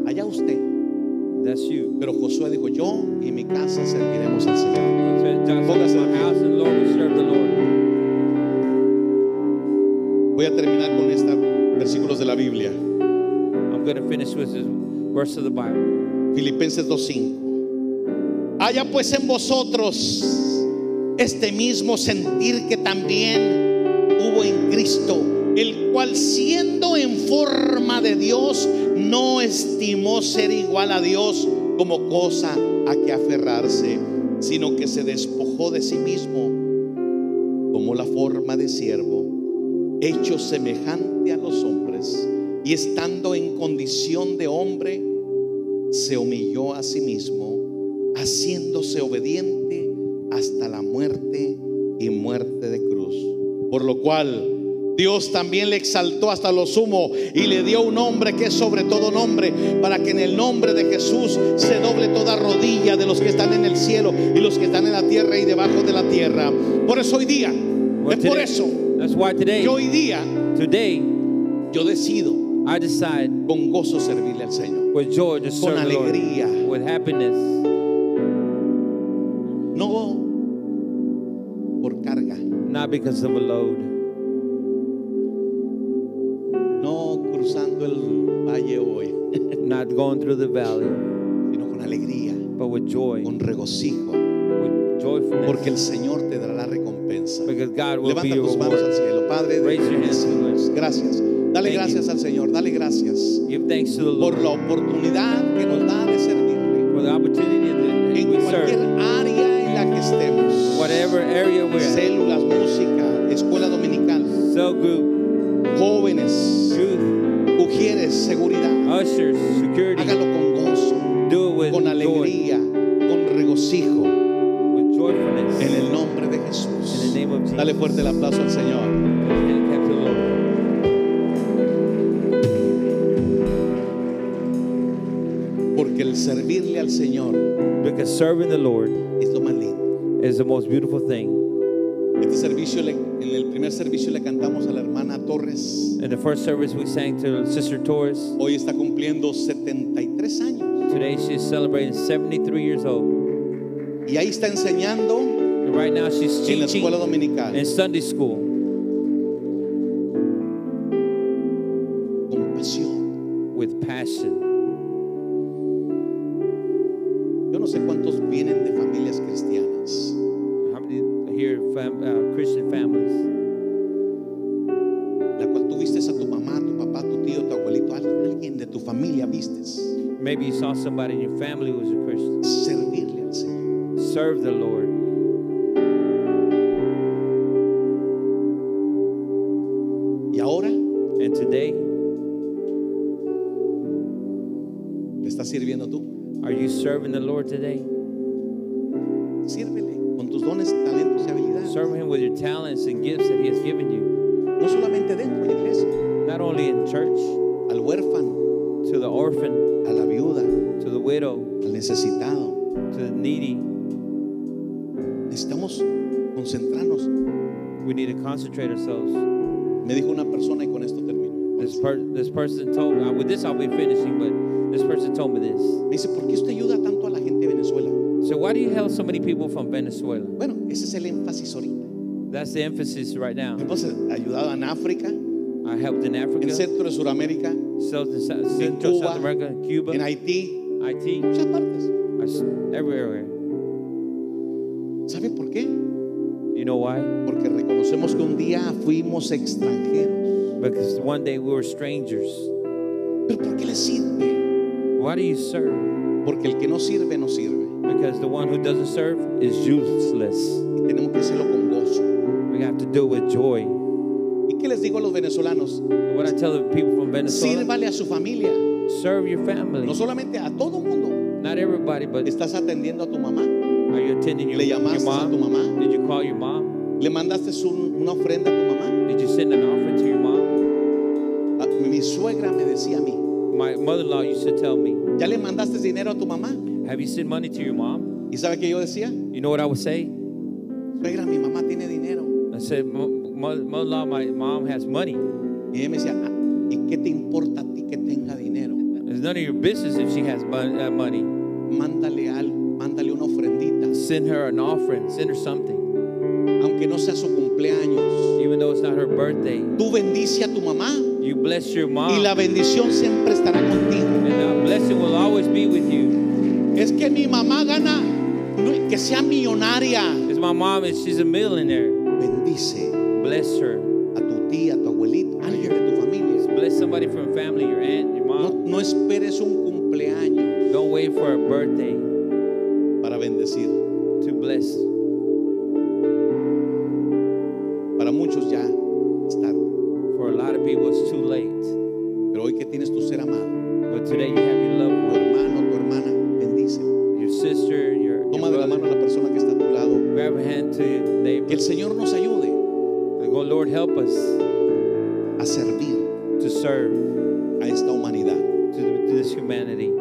[SPEAKER 2] Allá usted.
[SPEAKER 3] that's you.
[SPEAKER 2] Pero Josué dijo, yo y mi casa serviremos al Señor.
[SPEAKER 3] So John said,
[SPEAKER 2] Póngase de
[SPEAKER 3] my
[SPEAKER 2] pie.
[SPEAKER 3] house and Lord will serve the Lord.
[SPEAKER 2] Voy a terminar con estos versículos de la Biblia.
[SPEAKER 3] I'm going to finish with this verse of the Bible.
[SPEAKER 2] Filipenses 2.5. Haya pues en vosotros este mismo sentir que también hubo en Cristo, el cual siendo en forma de Dios, no estimó ser igual a Dios como cosa a que aferrarse, sino que se despojó de sí mismo, tomó la forma de siervo hecho semejante a los hombres y estando en condición de hombre, se humilló a sí mismo, haciéndose obediente hasta la muerte y muerte de cruz. Por lo cual, Dios también le exaltó hasta lo sumo y le dio un nombre que es sobre todo nombre, para que en el nombre de Jesús se doble toda rodilla de los que están en el cielo y los que están en la tierra y debajo de la tierra. Por eso hoy día,
[SPEAKER 3] Well,
[SPEAKER 2] es por
[SPEAKER 3] today-
[SPEAKER 2] eso
[SPEAKER 3] That's why today,
[SPEAKER 2] que hoy día
[SPEAKER 3] today,
[SPEAKER 2] yo decido
[SPEAKER 3] I decide
[SPEAKER 2] con gozo servirle al Señor.
[SPEAKER 3] with joy to serve the Lord,
[SPEAKER 2] alegría.
[SPEAKER 3] with happiness,
[SPEAKER 2] No por carga,
[SPEAKER 3] not because of a load,
[SPEAKER 2] no cruzando el valle hoy,
[SPEAKER 3] not going through the valley,
[SPEAKER 2] sino con alegría,
[SPEAKER 3] but with joy,
[SPEAKER 2] con regocijo,
[SPEAKER 3] with joyfulness,
[SPEAKER 2] porque el Señor te dará la recompensa.
[SPEAKER 3] because God will be
[SPEAKER 2] Levanta
[SPEAKER 3] your
[SPEAKER 2] tus manos al
[SPEAKER 3] reward.
[SPEAKER 2] cielo, Padre. te
[SPEAKER 3] Raise your hands to the Lord.
[SPEAKER 2] bendecimos. Gracias. Dale
[SPEAKER 3] Thank
[SPEAKER 2] gracias al Señor, dale gracias
[SPEAKER 3] Give thanks to the
[SPEAKER 2] por
[SPEAKER 3] Lord
[SPEAKER 2] la oportunidad que nos da de servirle
[SPEAKER 3] for the opportunity that
[SPEAKER 2] en
[SPEAKER 3] we
[SPEAKER 2] cualquier
[SPEAKER 3] serve,
[SPEAKER 2] área en la que estemos.
[SPEAKER 3] whatever area we're at,
[SPEAKER 2] Células, música, escuela dominical,
[SPEAKER 3] cell group,
[SPEAKER 2] jóvenes,
[SPEAKER 3] youth,
[SPEAKER 2] mujeres, seguridad.
[SPEAKER 3] ushers, security,
[SPEAKER 2] Hágalo con gozo,
[SPEAKER 3] do it with
[SPEAKER 2] con
[SPEAKER 3] joy,
[SPEAKER 2] alegría, con regocijo,
[SPEAKER 3] with joyfulness.
[SPEAKER 2] en el nombre de
[SPEAKER 3] In
[SPEAKER 2] Jesús.
[SPEAKER 3] the name of Jesus.
[SPEAKER 2] Dale fuerte el aplauso al Señor.
[SPEAKER 3] Thank you, Lord.
[SPEAKER 2] Porque el servirle al Señor
[SPEAKER 3] Because serving the Lord
[SPEAKER 2] es lo más lindo.
[SPEAKER 3] is the most beautiful thing.
[SPEAKER 2] Este servicio, le- en el primer servicio le cantamos a la hermana Torres.
[SPEAKER 3] In the first service, we sang to Sister Torres.
[SPEAKER 2] Hoy está cumpliendo 73 años
[SPEAKER 3] Today, she is celebrating 73 years old.
[SPEAKER 2] y ahí está enseñando
[SPEAKER 3] And right now, she's
[SPEAKER 2] en la escuela
[SPEAKER 3] teaching in
[SPEAKER 2] dominical.
[SPEAKER 3] Sunday school
[SPEAKER 2] Con pasión.
[SPEAKER 3] with passion.
[SPEAKER 2] Yo no sé cuántos vienen de familias cristianas,
[SPEAKER 3] How many here fam, uh, Christian families?
[SPEAKER 2] la cual tuviste a tu mamá, tu papá, tu tío, tu abuelito, al- alguien de tu familia vistes
[SPEAKER 3] Maybe you saw somebody in your family who was a Christian.
[SPEAKER 2] servirle al Señor.
[SPEAKER 3] Serve the Lord.
[SPEAKER 2] Y ahora le
[SPEAKER 3] And today,
[SPEAKER 2] estás sirviendo tú.
[SPEAKER 3] are you serving the Lord today?
[SPEAKER 2] Sírvele con tus dones, talentos y habilidades.
[SPEAKER 3] Serve Him with your talents and gifts that He has given you,
[SPEAKER 2] No solamente dentro de la iglesia,
[SPEAKER 3] not only in church,
[SPEAKER 2] al huérfano,
[SPEAKER 3] to the orphan,
[SPEAKER 2] a la viuda,
[SPEAKER 3] to the widow,
[SPEAKER 2] al necesitado.
[SPEAKER 3] to the needy.
[SPEAKER 2] Necesitamos concentrarnos.
[SPEAKER 3] We need to concentrate ourselves.
[SPEAKER 2] Me dijo una persona y con esto termino.
[SPEAKER 3] This, per- this person told me, with this I'll be finishing, but this person told me this.
[SPEAKER 2] Me dice, ¿por qué usted ayuda tanto a la gente de Venezuela?
[SPEAKER 3] So, why do you help so many people from Venezuela?
[SPEAKER 2] Bueno, ese es el énfasis ahorita.
[SPEAKER 3] That's the emphasis right now.
[SPEAKER 2] Hemos ayudado en África, en
[SPEAKER 3] I helped in Africa,
[SPEAKER 2] Centro de Sudamérica,
[SPEAKER 3] South and South,
[SPEAKER 2] en
[SPEAKER 3] Central, South
[SPEAKER 2] Cuba,
[SPEAKER 3] America, Cuba,
[SPEAKER 2] en Haití,
[SPEAKER 3] IT,
[SPEAKER 2] en muchas partes.
[SPEAKER 3] I s- everywhere.
[SPEAKER 2] ¿Sabe por qué?
[SPEAKER 3] You know why?
[SPEAKER 2] Porque reconocemos que un día fuimos extranjeros.
[SPEAKER 3] Because one day we were strangers.
[SPEAKER 2] ¿Pero por qué le sirve?
[SPEAKER 3] Why do you serve?
[SPEAKER 2] Porque el que no sirve, no sirve.
[SPEAKER 3] Because the one who doesn't serve is useless.
[SPEAKER 2] Y tenemos que hacerlo con gozo.
[SPEAKER 3] We have to do it with joy.
[SPEAKER 2] ¿Y qué les digo a los venezolanos?
[SPEAKER 3] And What I tell the people from Venezuela,
[SPEAKER 2] Sírvale a su familia.
[SPEAKER 3] serve your family.
[SPEAKER 2] No solamente a todo mundo.
[SPEAKER 3] Not everybody, but
[SPEAKER 2] Estás atendiendo a tu mamá.
[SPEAKER 3] Are you attending your,
[SPEAKER 2] ¿Le
[SPEAKER 3] your
[SPEAKER 2] llamaste a
[SPEAKER 3] mom?
[SPEAKER 2] tu mamá?
[SPEAKER 3] Did you call your mom?
[SPEAKER 2] Le mandaste un- una ofrenda a tu mamá.
[SPEAKER 3] Did you send an offering to your mom?
[SPEAKER 2] A- Mi suegra me decía a mí,
[SPEAKER 3] My mother-in-law used to tell me,
[SPEAKER 2] ¿ya le mandaste dinero a tu mamá?
[SPEAKER 3] "Have you sent money to your mom?"
[SPEAKER 2] ¿Y sabe qué yo decía?
[SPEAKER 3] You know what I would say?
[SPEAKER 2] Suegra, mi mamá tiene dinero.
[SPEAKER 3] I said, "Mo- mo- "Mother-in-law, my mom has money.
[SPEAKER 2] Y ella me decía, "Ah, ¿y qué te importa a ti que tenga dinero?
[SPEAKER 3] It's none of your business if she has mon- uh, money.
[SPEAKER 2] Mándale algo, mándale una ofrendita,
[SPEAKER 3] Send her an offering. Send her something,
[SPEAKER 2] aunque no sea su cumpleaños.
[SPEAKER 3] even though it's not her birthday.
[SPEAKER 2] Tú bendice a tu mamá
[SPEAKER 3] You bless your
[SPEAKER 2] y
[SPEAKER 3] mom,
[SPEAKER 2] la bendición siempre estará contigo.
[SPEAKER 3] and that blessing will always be with you."
[SPEAKER 2] Es que mi mamá gana, no, que sea millonaria.
[SPEAKER 3] It's my mom, and she's a millionaire.
[SPEAKER 2] Bendice
[SPEAKER 3] Bless her.
[SPEAKER 2] a tu tía, a tu abuelita, a alguien de tu familia.
[SPEAKER 3] Bless somebody from family, your aunt, your
[SPEAKER 2] No,
[SPEAKER 3] mom.
[SPEAKER 2] no esperes un cumpleaños
[SPEAKER 3] Don't wait for a birthday.
[SPEAKER 2] para bendecir.
[SPEAKER 3] to bless.
[SPEAKER 2] Para muchos ya es tarde.
[SPEAKER 3] For a lot of people, it's too late.
[SPEAKER 2] Pero hoy que tienes tu ser amado,
[SPEAKER 3] But today, you have your
[SPEAKER 2] tu
[SPEAKER 3] loved one,
[SPEAKER 2] hermano, tu hermana, bendícelo.
[SPEAKER 3] your sister, your, your
[SPEAKER 2] Toma de la mano
[SPEAKER 3] brother.
[SPEAKER 2] a la persona que está a tu lado.
[SPEAKER 3] Grab a hand to your
[SPEAKER 2] Que
[SPEAKER 3] neighbor.
[SPEAKER 2] el Señor nos ayude
[SPEAKER 3] And go, Lord, help us
[SPEAKER 2] a a servir
[SPEAKER 3] to serve
[SPEAKER 2] a esta humanidad.
[SPEAKER 3] to, to this humanity.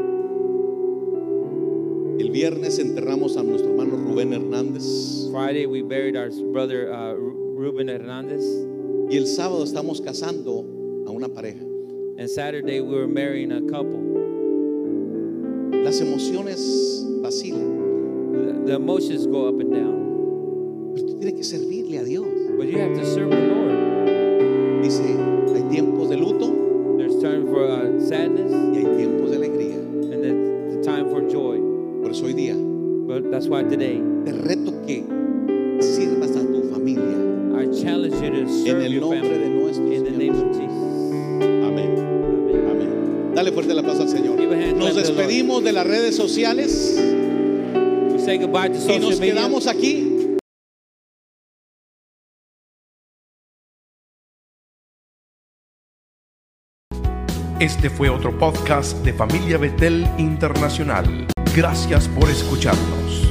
[SPEAKER 2] El viernes enterramos a nuestro hermano Rubén Hernández
[SPEAKER 3] Friday, we buried our brother uh, Ru- Ruben Hernandez,
[SPEAKER 2] y el sábado estamos casando a una pareja.
[SPEAKER 3] and Saturday, we were marrying a couple.
[SPEAKER 2] Las emociones vacilan,
[SPEAKER 3] The, the emotions go up and down,
[SPEAKER 2] pero tú tienes que servirle a Dios.
[SPEAKER 3] but you have to serve the Lord.
[SPEAKER 2] Dice, hay tiempos de luto
[SPEAKER 3] There's time for uh, sadness
[SPEAKER 2] y hay tiempos de alegría.
[SPEAKER 3] and the, the time for joy.
[SPEAKER 2] Por eso hoy día
[SPEAKER 3] But that's why today,
[SPEAKER 2] te reto que sirvas a tu familia.
[SPEAKER 3] I challenge you to serve
[SPEAKER 2] el
[SPEAKER 3] your
[SPEAKER 2] nombre
[SPEAKER 3] family
[SPEAKER 2] de nuestro
[SPEAKER 3] in the
[SPEAKER 2] Señor
[SPEAKER 3] name of Jesus.
[SPEAKER 2] Amén.
[SPEAKER 3] Amen.
[SPEAKER 2] Amén. Dale fuerte la paz al Señor.
[SPEAKER 3] Give a hand
[SPEAKER 2] Nos
[SPEAKER 3] clap to the Lord.
[SPEAKER 2] despedimos de las redes sociales
[SPEAKER 3] We say goodbye to
[SPEAKER 2] y
[SPEAKER 3] social
[SPEAKER 2] nos
[SPEAKER 3] media.
[SPEAKER 2] quedamos aquí.
[SPEAKER 1] Este fue otro podcast de Familia Betel Internacional. Gracias por escucharnos.